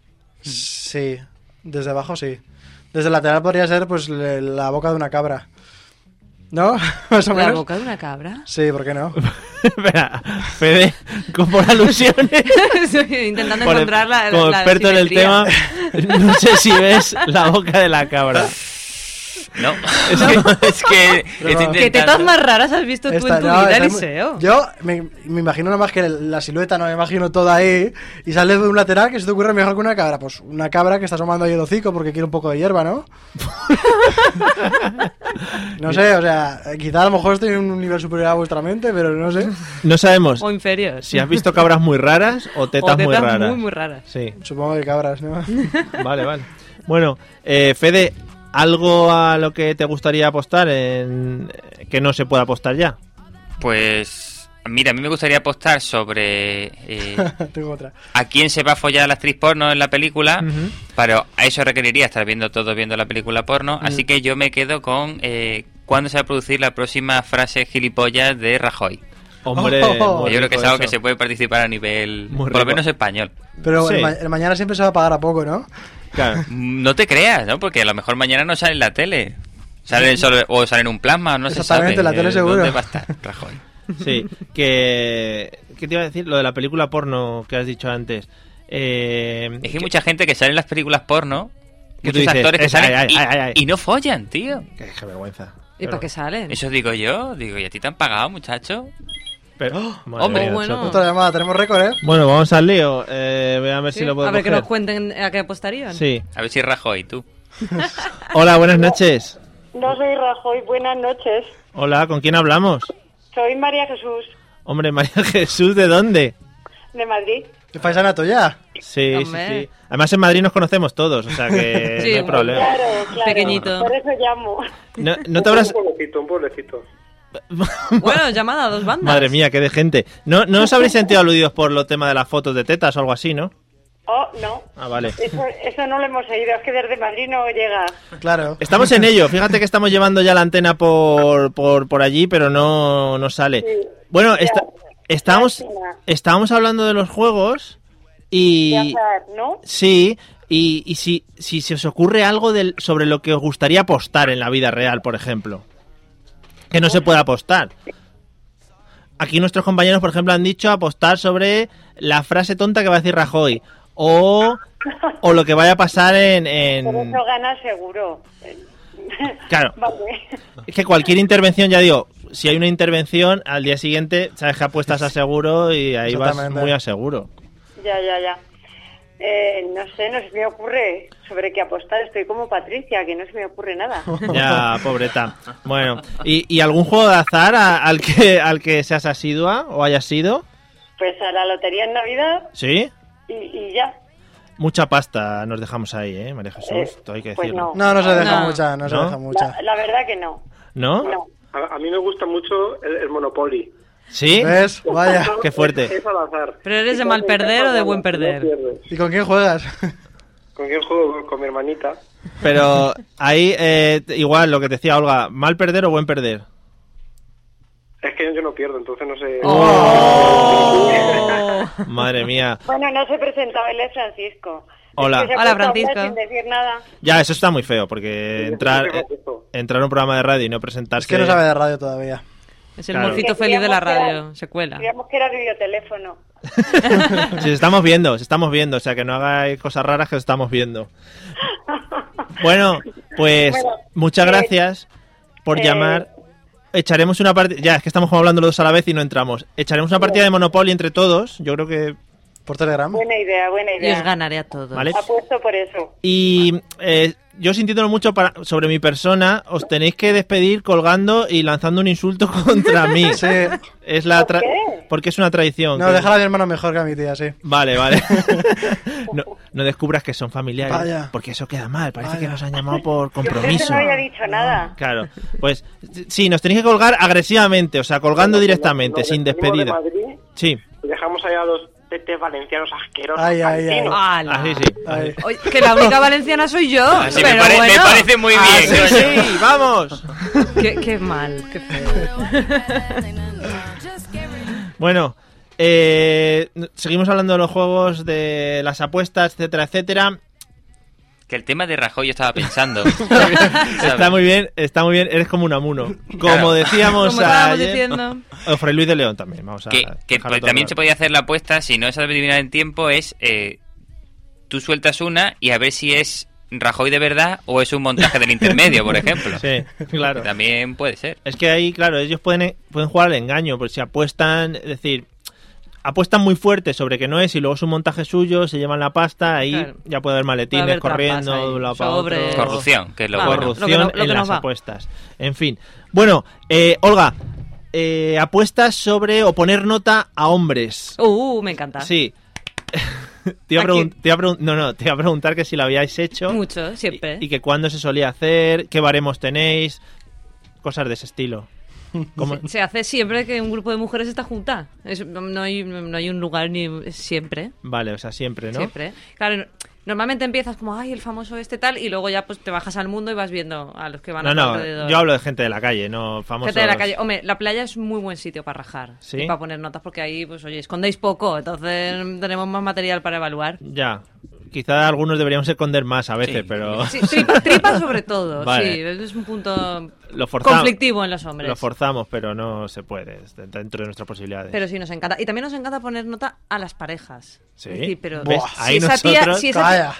Speaker 7: Sí, desde abajo sí. Desde el lateral podría ser pues le- la boca de una cabra. ¿No? Más o
Speaker 6: La
Speaker 7: menos.
Speaker 6: boca de una cabra.
Speaker 7: Sí, ¿por qué no?
Speaker 4: Espera, Fede, con- por alusiones.
Speaker 6: Estoy intentando
Speaker 4: por-
Speaker 6: encontrar la,
Speaker 4: como
Speaker 6: la
Speaker 4: experto en el
Speaker 6: simetría.
Speaker 4: tema, no sé si ves la boca de la cabra.
Speaker 5: No, es que, es que
Speaker 4: Ah.
Speaker 5: estoy
Speaker 7: no.
Speaker 6: ¿Qué tetas
Speaker 5: intentando-
Speaker 6: más raras has visto tú
Speaker 7: Esta-
Speaker 6: en tu
Speaker 7: no,
Speaker 6: vida,
Speaker 7: esta es muy-
Speaker 6: Eliseo?
Speaker 7: Yo me, me imagino nada más que la silueta, no me imagino toda ahí. Y sale de un lateral que se te ocurre mejor que una cabra. Pues una cabra que está asomando ahí el hocico porque quiere un poco de hierba, ¿no? no sé, o sea, quizá a lo mejor estoy en un nivel superior a vuestra mente, pero no sé.
Speaker 4: No sabemos
Speaker 6: O inferior.
Speaker 4: si has visto cabras muy raras o tetas,
Speaker 6: o tetas
Speaker 4: muy raras.
Speaker 6: muy, muy raras.
Speaker 4: Sí,
Speaker 7: Supongo que cabras, ¿no?
Speaker 4: vale, vale. Bueno, eh, Fede, ¿algo a lo que te gustaría apostar en... que no se pueda apostar ya?
Speaker 5: Pues mira, a mí me gustaría apostar sobre eh,
Speaker 7: Tengo otra.
Speaker 5: a quién se va a follar la actriz porno en la película, pero a eso requeriría estar viendo todos viendo la película porno, así que yo me quedo con eh, cuándo se va a producir la próxima frase gilipollas de Rajoy.
Speaker 4: Hombre,
Speaker 7: Oh.
Speaker 4: muy
Speaker 5: yo creo que es
Speaker 4: rico
Speaker 5: algo que
Speaker 4: eso.
Speaker 5: se puede participar a nivel,
Speaker 4: Muy
Speaker 5: por lo
Speaker 4: rico.
Speaker 5: menos español.
Speaker 7: Pero
Speaker 4: Sí.
Speaker 7: el, ma- el mañana siempre se va a pagar a poco, ¿no?
Speaker 4: Claro.
Speaker 5: No te creas, ¿no? Porque a lo mejor mañana no sale en la tele. Sale en solo- o sale en un plasma, no se sabe.
Speaker 7: Exactamente, la tele
Speaker 5: eh,
Speaker 7: seguro.
Speaker 5: ¿Dónde va a estar Rajoy?
Speaker 4: Sí, que... ¿Qué te iba a decir? Lo de la película porno que has dicho antes. Eh,
Speaker 5: Es que hay mucha gente que sale en las películas porno,
Speaker 4: Que
Speaker 5: muchos
Speaker 4: tú dices,
Speaker 5: actores que
Speaker 4: es-
Speaker 5: salen
Speaker 4: ay, ay,
Speaker 5: y,
Speaker 4: ay, ay.
Speaker 5: y no follan, tío.
Speaker 4: que- Qué vergüenza.
Speaker 6: ¿Y para qué salen?
Speaker 5: Eso digo yo, digo, ¿y a ti te han pagado, muchacho?
Speaker 4: Pero, madre
Speaker 5: hombre,
Speaker 4: mía,
Speaker 6: Oh, bueno.
Speaker 4: Choco.
Speaker 7: Otra llamada, tenemos récord, ¿eh?
Speaker 4: Bueno, vamos al lío. Eh, voy a ver
Speaker 6: Sí,
Speaker 4: si lo puedo
Speaker 6: a ver que
Speaker 4: coger.
Speaker 6: nos cuenten a qué apostarían.
Speaker 4: Sí.
Speaker 5: A ver si Rajoy, tú.
Speaker 4: Hola, buenas noches.
Speaker 11: No soy Rajoy, buenas noches.
Speaker 4: Hola, ¿con quién hablamos?
Speaker 11: Soy María Jesús,
Speaker 4: Hombre, María Jesús, ¿de dónde?
Speaker 11: de Madrid.
Speaker 7: ¿Qué paisana ya?
Speaker 4: Sí, sí,
Speaker 6: Hombre.
Speaker 4: sí. Además, en Madrid nos conocemos todos, o sea que
Speaker 6: Sí,
Speaker 4: Eh, no hay
Speaker 6: bueno.
Speaker 4: problema.
Speaker 11: Claro, claro.
Speaker 6: Pequeñito.
Speaker 11: Por eso llamo.
Speaker 4: No, no te habrás...
Speaker 10: Un pueblecito, un pueblecito.
Speaker 6: Bueno, llamada a dos bandas.
Speaker 4: Madre mía, qué de gente. No, no os habréis sentido aludidos por lo tema de las fotos de tetas o algo así, ¿no?
Speaker 11: Oh, no.
Speaker 4: Ah, vale.
Speaker 11: Eso, eso no lo hemos oído, es que desde Madrid no llega.
Speaker 7: Claro.
Speaker 4: Estamos en ello. Fíjate que estamos llevando ya la antena por, por, por allí, pero no, no sale. Bueno, esta- estábamos,
Speaker 11: Lástima.
Speaker 4: estábamos hablando de los juegos
Speaker 11: De
Speaker 4: y...
Speaker 11: azar, ¿no?
Speaker 4: Sí, y, y si, si se os ocurre algo del, sobre lo que os gustaría apostar en la vida real, por ejemplo. Que no se puede apostar. Aquí nuestros compañeros, por ejemplo, han dicho apostar sobre la frase tonta que va a decir Rajoy. O, o lo que vaya a pasar en... en-
Speaker 11: Por
Speaker 6: Mm.
Speaker 11: eso gana seguro.
Speaker 4: Claro,
Speaker 11: Vale.
Speaker 4: es que cualquier intervención, ya digo, si hay una intervención, al día siguiente sabes que apuestas a seguro y ahí vas
Speaker 7: Exactamente.
Speaker 4: muy a seguro.
Speaker 11: Ya, ya, ya. Eh, no sé, no se me ocurre sobre qué apostar. Estoy como Patricia, que no se me ocurre nada.
Speaker 4: Ya, pobreta. Bueno, ¿y, y algún juego de azar a- al, que, al que seas asidua o hayas sido?
Speaker 11: Pues a la lotería en Navidad
Speaker 4: ¿Sí?
Speaker 11: y, y ya.
Speaker 4: Mucha pasta nos dejamos ahí, ¿eh, María
Speaker 11: Eh,
Speaker 4: Jesús? Todo hay que
Speaker 11: pues
Speaker 4: decirlo.
Speaker 7: No, no se deja
Speaker 6: No.
Speaker 7: mucha, no, se
Speaker 4: ¿No?
Speaker 7: deja mucha.
Speaker 11: La, la verdad que no.
Speaker 4: ¿No?
Speaker 11: No.
Speaker 10: A, mí me gusta mucho el, Monopoly.
Speaker 4: ¿Sí?
Speaker 7: ¿Ves? Vaya.
Speaker 4: Qué fuerte.
Speaker 10: Es al azar.
Speaker 6: ¿Pero eres de mal perder o de buen perder?
Speaker 7: ¿Y con quién juegas?
Speaker 10: ¿Con quién juego? Con mi hermanita.
Speaker 4: Pero ahí, eh, igual, lo que te decía Olga, ¿mal perder o buen perder?
Speaker 10: Es que yo no pierdo, entonces no sé.
Speaker 4: Oh,
Speaker 7: Oh,
Speaker 4: Madre mía.
Speaker 11: Oh. Bueno, no se presentaba, él es Francisco.
Speaker 4: Hola.
Speaker 11: Es que se puso
Speaker 6: Hola,
Speaker 11: a hablar
Speaker 6: Francisco.
Speaker 11: Sin decir nada.
Speaker 4: Ya, eso está muy feo, porque entrar, eh, entrar a un programa de radio y no presentarse...
Speaker 7: Es que no sabe de radio todavía.
Speaker 6: Es el
Speaker 4: Claro.
Speaker 6: morcito
Speaker 11: Que
Speaker 6: feliz de la
Speaker 11: queríamos quedar-
Speaker 6: radio. Se cuela.
Speaker 11: Creíamos que era videoteléfono.
Speaker 4: Si estamos viendo, si estamos viendo, o sea que no hagáis cosas raras que os estamos viendo. Bueno, pues
Speaker 11: Bueno,
Speaker 4: muchas
Speaker 11: eh,
Speaker 4: gracias por
Speaker 11: eh,
Speaker 4: llamar. echaremos una partida. Ya, es que estamos como hablando los dos a la vez y no entramos. Echaremos una partida de Monopoly entre todos. Yo creo que.
Speaker 7: Por Telegram.
Speaker 11: Buena idea, buena idea. Ah,
Speaker 6: os ganaré a todos.
Speaker 4: Vale.
Speaker 11: Apuesto por eso.
Speaker 4: Y eh, yo sintiéndolo mucho para, sobre mi persona, os tenéis que despedir colgando y lanzando un insulto contra mí.
Speaker 7: Sí.
Speaker 4: Es la tra-
Speaker 11: qué?
Speaker 4: Porque es una traición.
Speaker 7: No,
Speaker 4: creo.
Speaker 7: déjala a mi hermano mejor que a mi tía, sí.
Speaker 4: Vale, vale. No, no descubras que son familiares.
Speaker 7: Vaya.
Speaker 4: Porque eso queda mal. Parece que
Speaker 7: Vaya.
Speaker 4: nos han llamado por
Speaker 11: Yo
Speaker 4: compromiso.
Speaker 11: no había dicho nada.
Speaker 4: Claro. Pues sí, nos tenéis que colgar agresivamente, o sea, colgando
Speaker 11: pues,
Speaker 4: directamente,
Speaker 9: Nos
Speaker 4: sin
Speaker 9: despedimos de
Speaker 4: despedida.
Speaker 9: Madrid
Speaker 4: Sí,
Speaker 9: y dejamos allá a los tetes valencianos asquerosos.
Speaker 7: Ay, ay, ay.
Speaker 9: cantinos.
Speaker 6: ¡Hala!
Speaker 4: así Ah, sí.
Speaker 7: Ay.
Speaker 6: Oye, que la única valenciana soy yo.
Speaker 4: Ah,
Speaker 5: Así me,
Speaker 6: pero
Speaker 5: pare- me
Speaker 6: bueno.
Speaker 5: parece muy
Speaker 4: Así
Speaker 5: bien. coño.
Speaker 4: Ah, sí, vamos.
Speaker 6: Qué, qué mal, qué feo.
Speaker 4: Bueno, eh, seguimos hablando de los juegos, de las apuestas, etcétera, etcétera.
Speaker 5: Que el tema de Rajoy yo estaba pensando. ¿sabes?
Speaker 4: Está muy bien, está muy bien. Eres como un amuno. Como
Speaker 5: Claro.
Speaker 4: decíamos
Speaker 6: Como estábamos
Speaker 4: ayer-
Speaker 6: diciendo.
Speaker 4: O Fray Luis de León también. Vamos a
Speaker 5: que, que pues,
Speaker 4: dejarlo todo
Speaker 5: también
Speaker 4: claro.
Speaker 5: se podía hacer la apuesta, si no es adivinar en tiempo, es eh, tú sueltas una y a ver si es Rajoy de verdad o es un montaje del intermedio, por ejemplo.
Speaker 4: Sí, claro.
Speaker 5: También puede ser.
Speaker 4: Es que ahí, claro, ellos pueden, eh, pueden jugar al engaño, porque si apuestan, es decir, apuestan muy fuerte sobre que no es y luego es un montaje suyo, se llevan la pasta, ahí
Speaker 6: Claro.
Speaker 4: ya puede haber maletines
Speaker 6: Puede haber
Speaker 4: corriendo,
Speaker 6: trampas ahí,
Speaker 4: de un lado para
Speaker 6: sobres.
Speaker 4: otro.
Speaker 5: Corrupción, que es lo
Speaker 6: Vamos.
Speaker 5: bueno.
Speaker 4: Corrupción
Speaker 6: Lo que no- lo que nos
Speaker 4: en las
Speaker 6: va.
Speaker 4: apuestas. En fin. Bueno, eh, Olga, eh, apuestas sobre o poner nota a hombres.
Speaker 6: Uh, me encanta.
Speaker 4: Sí. te, iba a
Speaker 6: ¿A
Speaker 4: pregun-
Speaker 6: quién?
Speaker 4: te iba a pregun- no, no, te iba a preguntar que si lo habíais hecho.
Speaker 6: Mucho, siempre.
Speaker 4: Y, y que cuándo se solía hacer, qué baremos tenéis, cosas de ese estilo. ¿Cómo-
Speaker 6: Se hace siempre que un grupo de mujeres está junta. Es- no, no hay, no hay un lugar ni es siempre.
Speaker 4: Vale, o sea, siempre, ¿no?
Speaker 6: Siempre. Claro, no- normalmente empiezas como, ay, el famoso este tal, y luego ya pues te bajas al mundo y vas viendo a los que van
Speaker 4: No,
Speaker 6: a tu
Speaker 4: no,
Speaker 6: alrededor.
Speaker 4: yo hablo de gente de la calle, no famosos.
Speaker 6: Gente de la calle. oh. Hombre, la playa es muy buen sitio para rajar.
Speaker 4: ¿Sí?
Speaker 6: Y para poner notas, porque ahí, pues oye, escondéis poco, entonces mm, tenemos más material para evaluar.
Speaker 4: Ya, quizá algunos deberíamos esconder más a veces,
Speaker 5: Sí.
Speaker 4: pero
Speaker 6: Sí, tripa, tripa sobre todo,
Speaker 4: Vale.
Speaker 6: sí. Es un punto
Speaker 4: Lo forzamos.
Speaker 6: conflictivo en los hombres.
Speaker 4: lo forzamos, pero no se puede, es de- dentro de nuestras posibilidades.
Speaker 6: Pero sí nos encanta. Y también nos encanta poner nota a las parejas.
Speaker 4: Sí.
Speaker 6: Es decir, pero
Speaker 4: ¿Ves?
Speaker 6: si
Speaker 4: Ahí
Speaker 6: esa tía-
Speaker 4: nosotros-
Speaker 6: si esa tía-
Speaker 7: Calla.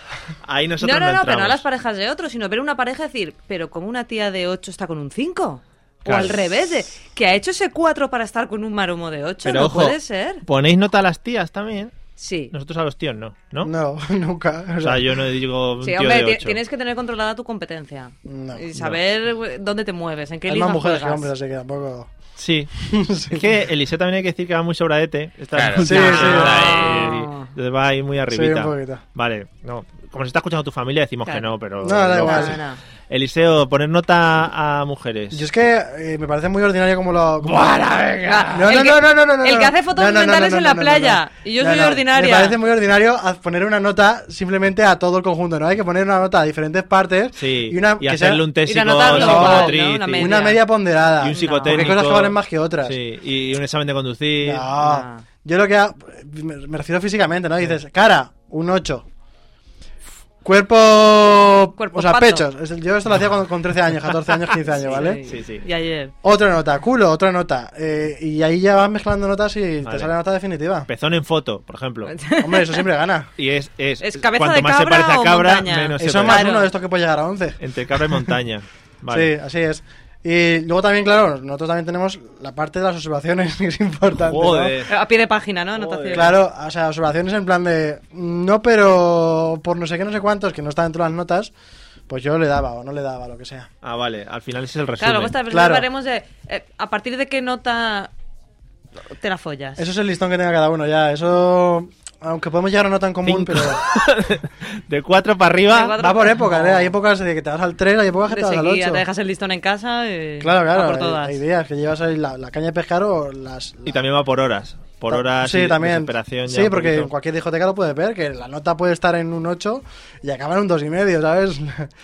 Speaker 4: Ahí
Speaker 6: No,
Speaker 4: nosotros no,
Speaker 6: no, no, pero no
Speaker 4: entramos.
Speaker 6: a las parejas de otros, sino ver una pareja y decir, pero como una tía de 8 está con un 5.
Speaker 4: Claro.
Speaker 6: O al revés, de, que ha hecho ese 4 para estar con un maromo de 8.
Speaker 4: Pero
Speaker 6: no
Speaker 4: ojo,
Speaker 6: puede ser.
Speaker 4: ponéis nota a las tías también.
Speaker 6: Sí.
Speaker 4: Nosotros a los tíos no, ¿no?
Speaker 7: No, nunca.
Speaker 4: O sea, yo no digo un
Speaker 6: Sí,
Speaker 4: tío
Speaker 6: hombre,
Speaker 4: de
Speaker 6: ti-
Speaker 4: ocho.
Speaker 6: tienes que tener controlada tu competencia.
Speaker 7: No,
Speaker 6: y saber eh, dónde te mueves, en qué
Speaker 7: Hay
Speaker 6: liga
Speaker 7: más mujeres que
Speaker 6: juegas.
Speaker 7: hombres, así que tampoco.
Speaker 4: Sí. Es que Elise también hay que decir que va muy sobradete. Está
Speaker 5: Claro.
Speaker 7: Sí, sí.
Speaker 5: Ah.
Speaker 4: Entonces va ahí muy arribita.
Speaker 7: Sí, un poquito.
Speaker 4: Vale, no. Como se está escuchando tu familia, decimos
Speaker 6: Claro.
Speaker 4: que no, pero.
Speaker 7: No, da
Speaker 4: lo
Speaker 7: igual.
Speaker 4: que sea.
Speaker 6: No, no.
Speaker 4: Eliseo, poner nota a mujeres.
Speaker 7: Yo es que eh, me parece muy ordinario como lo. como-
Speaker 6: Ah,
Speaker 7: No,
Speaker 6: el
Speaker 7: no,
Speaker 6: que-
Speaker 7: no, no, no, no, no,
Speaker 6: El que
Speaker 7: no.
Speaker 6: hace fotos
Speaker 7: No, no, no,
Speaker 6: mentales
Speaker 7: no,
Speaker 6: en
Speaker 7: no,
Speaker 6: la
Speaker 7: no,
Speaker 6: playa.
Speaker 7: no, no.
Speaker 6: Y yo
Speaker 7: No,
Speaker 6: soy
Speaker 7: no.
Speaker 6: ordinaria.
Speaker 7: Me parece muy ordinario haz- poner una nota simplemente a todo el conjunto, ¿no? Hay que poner una nota a diferentes partes.
Speaker 4: Sí.
Speaker 7: Y, una, que sea-
Speaker 4: hacerle un test
Speaker 6: y anotarlo,
Speaker 4: psicomotriz.
Speaker 6: ¿no? Una
Speaker 4: y-
Speaker 6: media.
Speaker 7: Una media ponderada.
Speaker 4: Y un psicotécnico.
Speaker 7: Porque hay cosas que valen más que otras.
Speaker 4: Sí, y un examen de conducir. Ah.
Speaker 7: No.
Speaker 6: No.
Speaker 7: Yo lo que ha- me, me refiero físicamente, ¿no? Dices, cara, un 8. Cuerpo,
Speaker 6: Cuerpo
Speaker 7: o sea,
Speaker 6: pato.
Speaker 7: pechos. Es- Yo esto lo hacía cuando- con 13 años, 14 años, 15 años, ¿vale?
Speaker 4: Sí, sí.
Speaker 6: Y ayer.
Speaker 7: Otra nota, culo, otra nota. Eh, y ahí ya vas mezclando notas y te
Speaker 4: Vale.
Speaker 7: sale la nota definitiva.
Speaker 4: Pezón en foto, por ejemplo.
Speaker 7: Hombre, eso siempre gana.
Speaker 4: Y es. es,
Speaker 6: Es cabeza
Speaker 4: cuanto
Speaker 6: de
Speaker 4: más
Speaker 6: cabra
Speaker 4: se parece a
Speaker 6: o
Speaker 4: cabra,
Speaker 6: montaña.
Speaker 4: menos se
Speaker 7: eso más
Speaker 4: parece.
Speaker 6: Claro.
Speaker 7: uno de estos que puede llegar a 11.
Speaker 4: Entre cabra y montaña. Vale.
Speaker 7: Sí, así es. Y luego también, claro, nosotros también tenemos la parte de las observaciones, que es importante. ¿no?
Speaker 4: Joder.
Speaker 6: A pie de página, ¿no? Anotación.
Speaker 7: Claro, o sea, observaciones en plan de no, pero por no sé qué, no sé cuántos, que no está dentro de las notas, pues yo le daba o no le daba, lo que sea.
Speaker 4: Ah, vale. Al final ese es el resumen.
Speaker 6: Claro, luego esta pues vez
Speaker 7: Claro.
Speaker 6: hablaremos de eh, a partir de qué nota te la follas.
Speaker 7: Eso es el listón que tenga cada uno ya. Eso, aunque podemos llegar a una tan común,
Speaker 4: Cinco.
Speaker 7: pero
Speaker 4: De cuatro para
Speaker 6: De
Speaker 4: arriba.
Speaker 6: cuatro-
Speaker 7: va por épocas, ¿eh? Hay épocas de que te vas al 3, hay épocas que
Speaker 6: de
Speaker 7: te vas al 8.
Speaker 6: seguida, te dejas el listón en casa y
Speaker 7: Claro,
Speaker 6: a
Speaker 7: claro,
Speaker 6: por todas.
Speaker 7: hay, hay días que llevas ahí la, la caña de pescar o las...
Speaker 4: Y también va por horas. Por horas.
Speaker 7: sí,
Speaker 4: y
Speaker 7: también.
Speaker 4: desesperación ya
Speaker 7: Sí,
Speaker 4: un
Speaker 7: porque
Speaker 4: poquito.
Speaker 7: en cualquier discoteca lo puedes ver, que la nota puede estar en un 8 y acaba en un 2,5, ¿sabes?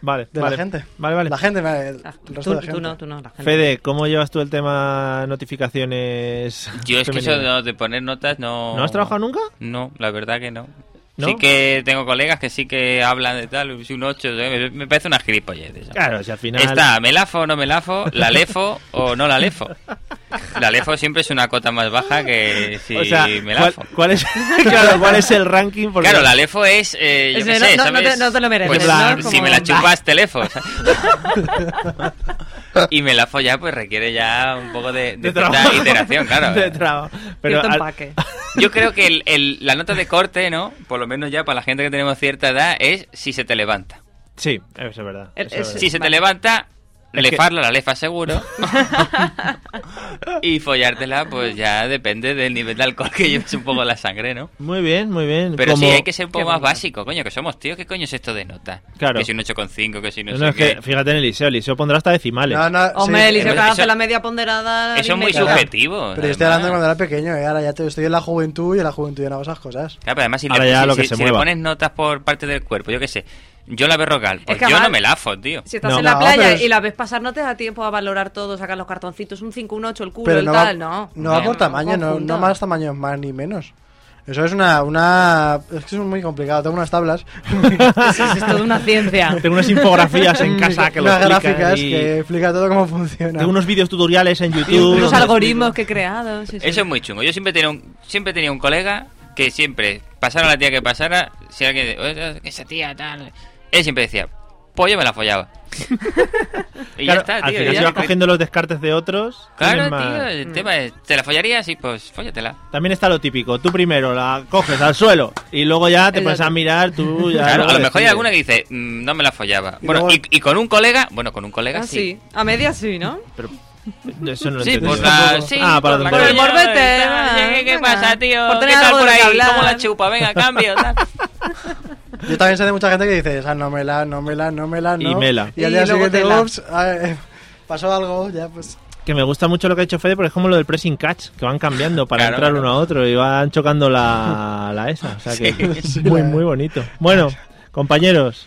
Speaker 4: Vale,
Speaker 7: De
Speaker 4: vale.
Speaker 7: la gente.
Speaker 4: Vale, vale.
Speaker 7: La gente, el
Speaker 6: Ah,
Speaker 7: resto
Speaker 6: tú,
Speaker 7: de gente.
Speaker 6: tú no, tú no. la gente.
Speaker 4: Fede, ¿cómo llevas tú el tema notificaciones?
Speaker 5: Yo es que eso
Speaker 4: femeninas?
Speaker 5: de- de poner notas no...
Speaker 4: ¿No has trabajado nunca?
Speaker 5: No, la verdad que no.
Speaker 4: ¿No?
Speaker 5: Sí que tengo colegas que sí que hablan de tal, si un 8, eh, me parece una gilipollez. eso.
Speaker 4: Claro, si al final.
Speaker 5: Está, ¿me lafo o no me lafo? ¿La lefo o no la lefo? La lefo siempre es una cota más baja que si
Speaker 4: o sea,
Speaker 5: me
Speaker 4: ¿cuál,
Speaker 5: lafo.
Speaker 4: cuál es, claro, ¿cuál es el ranking? Porque-
Speaker 5: Claro, la lefo es. eh, yo
Speaker 6: Es
Speaker 5: qué
Speaker 6: de, no-
Speaker 5: sé,
Speaker 6: no- no
Speaker 5: ¿sabes?
Speaker 6: te- no te lo mereces,
Speaker 5: Pues,
Speaker 4: ¿no?
Speaker 5: Si
Speaker 6: Como-
Speaker 5: me la chupas, te lefo. ¿sabes? y me la follar, pues requiere ya un poco de, de
Speaker 4: De
Speaker 5: cierta
Speaker 4: trabajo.
Speaker 5: iteración, claro.
Speaker 4: De trabajo. Pero
Speaker 6: Cierto
Speaker 4: al-
Speaker 6: empaque.
Speaker 5: Yo creo que el- el- la nota de corte, ¿no? Por lo menos ya para la gente que tenemos cierta edad, es si se te levanta.
Speaker 4: Sí, eso es verdad.
Speaker 6: El-
Speaker 4: eso es
Speaker 6: ese-
Speaker 4: verdad.
Speaker 5: Si se te
Speaker 6: vale.
Speaker 5: levanta,
Speaker 4: Es
Speaker 5: lefarla, la lefa seguro. y follártela, pues ya depende del nivel de alcohol que lleves un poco en la sangre, ¿no?
Speaker 4: Muy bien, muy bien.
Speaker 5: Pero
Speaker 4: Como-
Speaker 5: sí, hay que ser un poco
Speaker 6: Qué
Speaker 5: más
Speaker 6: bonito.
Speaker 5: básico, coño, que somos tíos, ¿qué coño es esto de nota?
Speaker 4: Claro.
Speaker 5: Que si un 8,5, que si no,
Speaker 4: No,
Speaker 5: sé
Speaker 4: es que,
Speaker 5: qué.
Speaker 4: fíjate en Eliseo, Eliseo pondrá hasta decimales.
Speaker 7: No, no,
Speaker 6: Hombre,
Speaker 7: sí.
Speaker 6: Eliseo,
Speaker 5: Eso-
Speaker 6: claro, hace
Speaker 5: eso-
Speaker 6: la media ponderada.
Speaker 5: Eso es muy
Speaker 6: aritmética.
Speaker 5: subjetivo.
Speaker 7: Pero yo estoy
Speaker 5: además.
Speaker 7: hablando cuando era pequeño, ¿eh? ahora ya te- estoy en la juventud y en la juventud ya no hago esas cosas.
Speaker 5: Claro, pero además si,
Speaker 4: Ahora
Speaker 5: le,
Speaker 4: ya
Speaker 5: si-
Speaker 4: lo que
Speaker 5: si-
Speaker 4: se
Speaker 5: si le
Speaker 4: mueva.
Speaker 5: pones notas por parte del cuerpo, yo qué sé. Yo la verrocal, pues
Speaker 6: que
Speaker 5: yo no
Speaker 6: además-
Speaker 5: me lafo, tío.
Speaker 6: Si estás
Speaker 4: No.
Speaker 6: en la
Speaker 7: No,
Speaker 6: playa
Speaker 7: pero es-
Speaker 6: y la ves pasar, no te da tiempo a valorar todo, sacar los cartoncitos, un 5, un 8, el culo,
Speaker 7: Pero
Speaker 6: el
Speaker 7: no va,
Speaker 6: tal, no.
Speaker 7: no va
Speaker 5: No,
Speaker 7: por
Speaker 5: no
Speaker 7: tamaño, no,
Speaker 6: confunda.
Speaker 7: no más tamaño más ni menos. Eso es una, una... Es que es muy complicado, tengo unas tablas.
Speaker 6: Eso es todo una ciencia.
Speaker 4: Ah, Tengo unas infografías en casa que lo
Speaker 7: unas
Speaker 4: explican
Speaker 7: gráficas
Speaker 4: y
Speaker 7: que explica todo cómo funciona.
Speaker 4: Tengo unos vídeos tutoriales en
Speaker 6: Y
Speaker 4: YouTube.
Speaker 6: unos
Speaker 4: donde
Speaker 6: algoritmos que he creado. sí, sí.
Speaker 5: Eso es muy chungo. Yo siempre tenía un, siempre tenía un colega que siempre, pasara la tía que pasara, si alguien de- "Oye, esa tía tal, él siempre decía, pues yo me la follaba. y ya
Speaker 4: Claro,
Speaker 5: está,
Speaker 4: Al
Speaker 5: tío.
Speaker 4: final
Speaker 5: ya-
Speaker 4: se va cogiendo los descartes de otros.
Speaker 5: Claro,
Speaker 4: tienes más-
Speaker 5: tío, el tema es, ¿te la follarías? Sí, pues fóllatela.
Speaker 4: También está lo típico. Tú primero la coges al suelo y luego ya te
Speaker 6: El
Speaker 4: pones a
Speaker 6: otro.
Speaker 4: mirar tú. Ya
Speaker 5: Claro,
Speaker 4: luego
Speaker 5: a lo mejor hay
Speaker 4: decides.
Speaker 5: alguna que dice, "Mm, no me la follaba.
Speaker 7: Y
Speaker 5: bueno,
Speaker 7: luego-
Speaker 5: y, y con un colega, bueno, con un colega
Speaker 6: Ah,
Speaker 5: sí.
Speaker 6: sí. A media sí, ¿no?
Speaker 4: Pero eso no lo
Speaker 5: Sí,
Speaker 4: entiendo
Speaker 5: por
Speaker 4: yo.
Speaker 5: la, sí,
Speaker 4: Ah, para
Speaker 5: por la
Speaker 4: tontería.
Speaker 6: Por el
Speaker 5: calle,
Speaker 6: morbete,
Speaker 5: tal,
Speaker 6: venga,
Speaker 5: ¿Qué, qué
Speaker 6: venga.
Speaker 5: pasa, tío?
Speaker 6: Por
Speaker 5: ¿Qué
Speaker 6: tener
Speaker 5: tal
Speaker 6: algo
Speaker 5: por
Speaker 6: de
Speaker 5: ahí?
Speaker 6: qué hablar.
Speaker 5: ¿Cómo la chupa? Venga, cambio. tal.
Speaker 7: Yo también sé de mucha gente que dice, esa no me la, no me la, no me la, no.
Speaker 4: Y mela.
Speaker 7: Y al
Speaker 6: Y
Speaker 7: día
Speaker 6: luego
Speaker 7: siguiente,
Speaker 6: tela.
Speaker 7: ups, ah, eh, pasó algo, ya pues...
Speaker 4: Que me gusta mucho lo que ha hecho Fede, porque es como lo del pressing catch, que van cambiando para
Speaker 5: Claro,
Speaker 4: entrar
Speaker 5: claro.
Speaker 4: uno a otro y van chocando la, la esa. O sea que
Speaker 7: Sí.
Speaker 4: muy, muy bonito. Bueno, compañeros,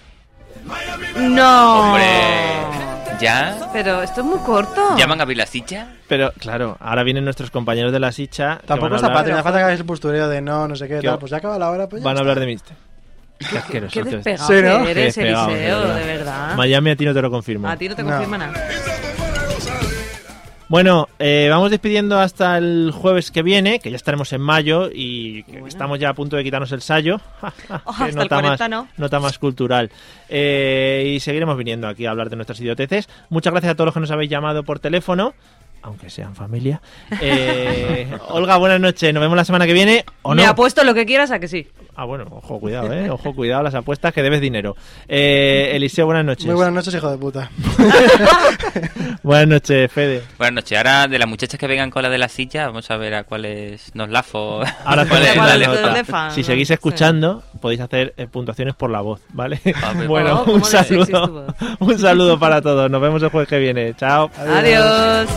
Speaker 6: No.
Speaker 4: Oh.
Speaker 5: Hombre, ¿ya?
Speaker 6: Pero esto es muy corto.
Speaker 5: ¿Llaman a Vilasicha?
Speaker 4: pero claro, ahora vienen nuestros compañeros de la Sicha. que van
Speaker 7: Tampoco
Speaker 4: a
Speaker 7: está
Speaker 4: hablar-
Speaker 7: patria, me falta que hagáis el postureo de no, no sé qué,
Speaker 4: ¿Qué?
Speaker 7: tal. Pues ya acaba la hora, pues ya
Speaker 4: Van a
Speaker 7: está.
Speaker 4: hablar de Mister. Qué asqueroso,
Speaker 6: Qué
Speaker 4: tío.
Speaker 6: despegado
Speaker 7: Sí, ¿no?
Speaker 6: que eres,
Speaker 4: Qué despegado,
Speaker 6: Eliseo,
Speaker 4: de verdad.
Speaker 6: de verdad.
Speaker 4: Miami a ti no te lo confirmo.
Speaker 6: A ti no te
Speaker 7: No.
Speaker 6: confirma nada.
Speaker 4: Bueno, eh, vamos despidiendo hasta el jueves que viene, que ya estaremos en mayo y que estamos ya a punto de quitarnos el sayo. Ja, ja,
Speaker 6: Oh,
Speaker 4: qué
Speaker 6: hasta el 40
Speaker 4: más,
Speaker 6: no.
Speaker 4: nota más cultural. Eh, y seguiremos viniendo aquí a hablar de nuestras idioteces. Muchas gracias a todos los que nos habéis llamado por teléfono, aunque sean familia. Eh, Olga, buenas noches. Nos vemos la semana que viene. ¿o
Speaker 6: Me
Speaker 4: no?
Speaker 6: apuesto lo que quieras a que sí.
Speaker 4: Ah, bueno, ojo, cuidado, ¿eh? Ojo, cuidado las apuestas que debes dinero. Eh, Eliseo, buenas noches.
Speaker 7: Muy buenas noches, hijo de puta.
Speaker 4: Buenas noches, Fede.
Speaker 5: Buenas noches. Ahora, de las muchachas que vengan con la de la silla, vamos a ver a cuáles nos lafo.
Speaker 4: Ahora
Speaker 5: cuál es
Speaker 4: hacemos
Speaker 6: ¿Cuál
Speaker 5: la
Speaker 6: es
Speaker 5: lefa.
Speaker 6: la lefa?
Speaker 4: Si seguís
Speaker 6: Sí.
Speaker 4: escuchando, podéis hacer eh, puntuaciones por la voz, ¿vale?
Speaker 5: Ah, pero-
Speaker 4: bueno,
Speaker 6: Oh, ¿cómo
Speaker 4: un
Speaker 6: de sexy es tu
Speaker 4: saludo.
Speaker 6: voz?
Speaker 4: Un saludo para todos. Nos vemos el jueves que viene. Chao.
Speaker 6: Adiós.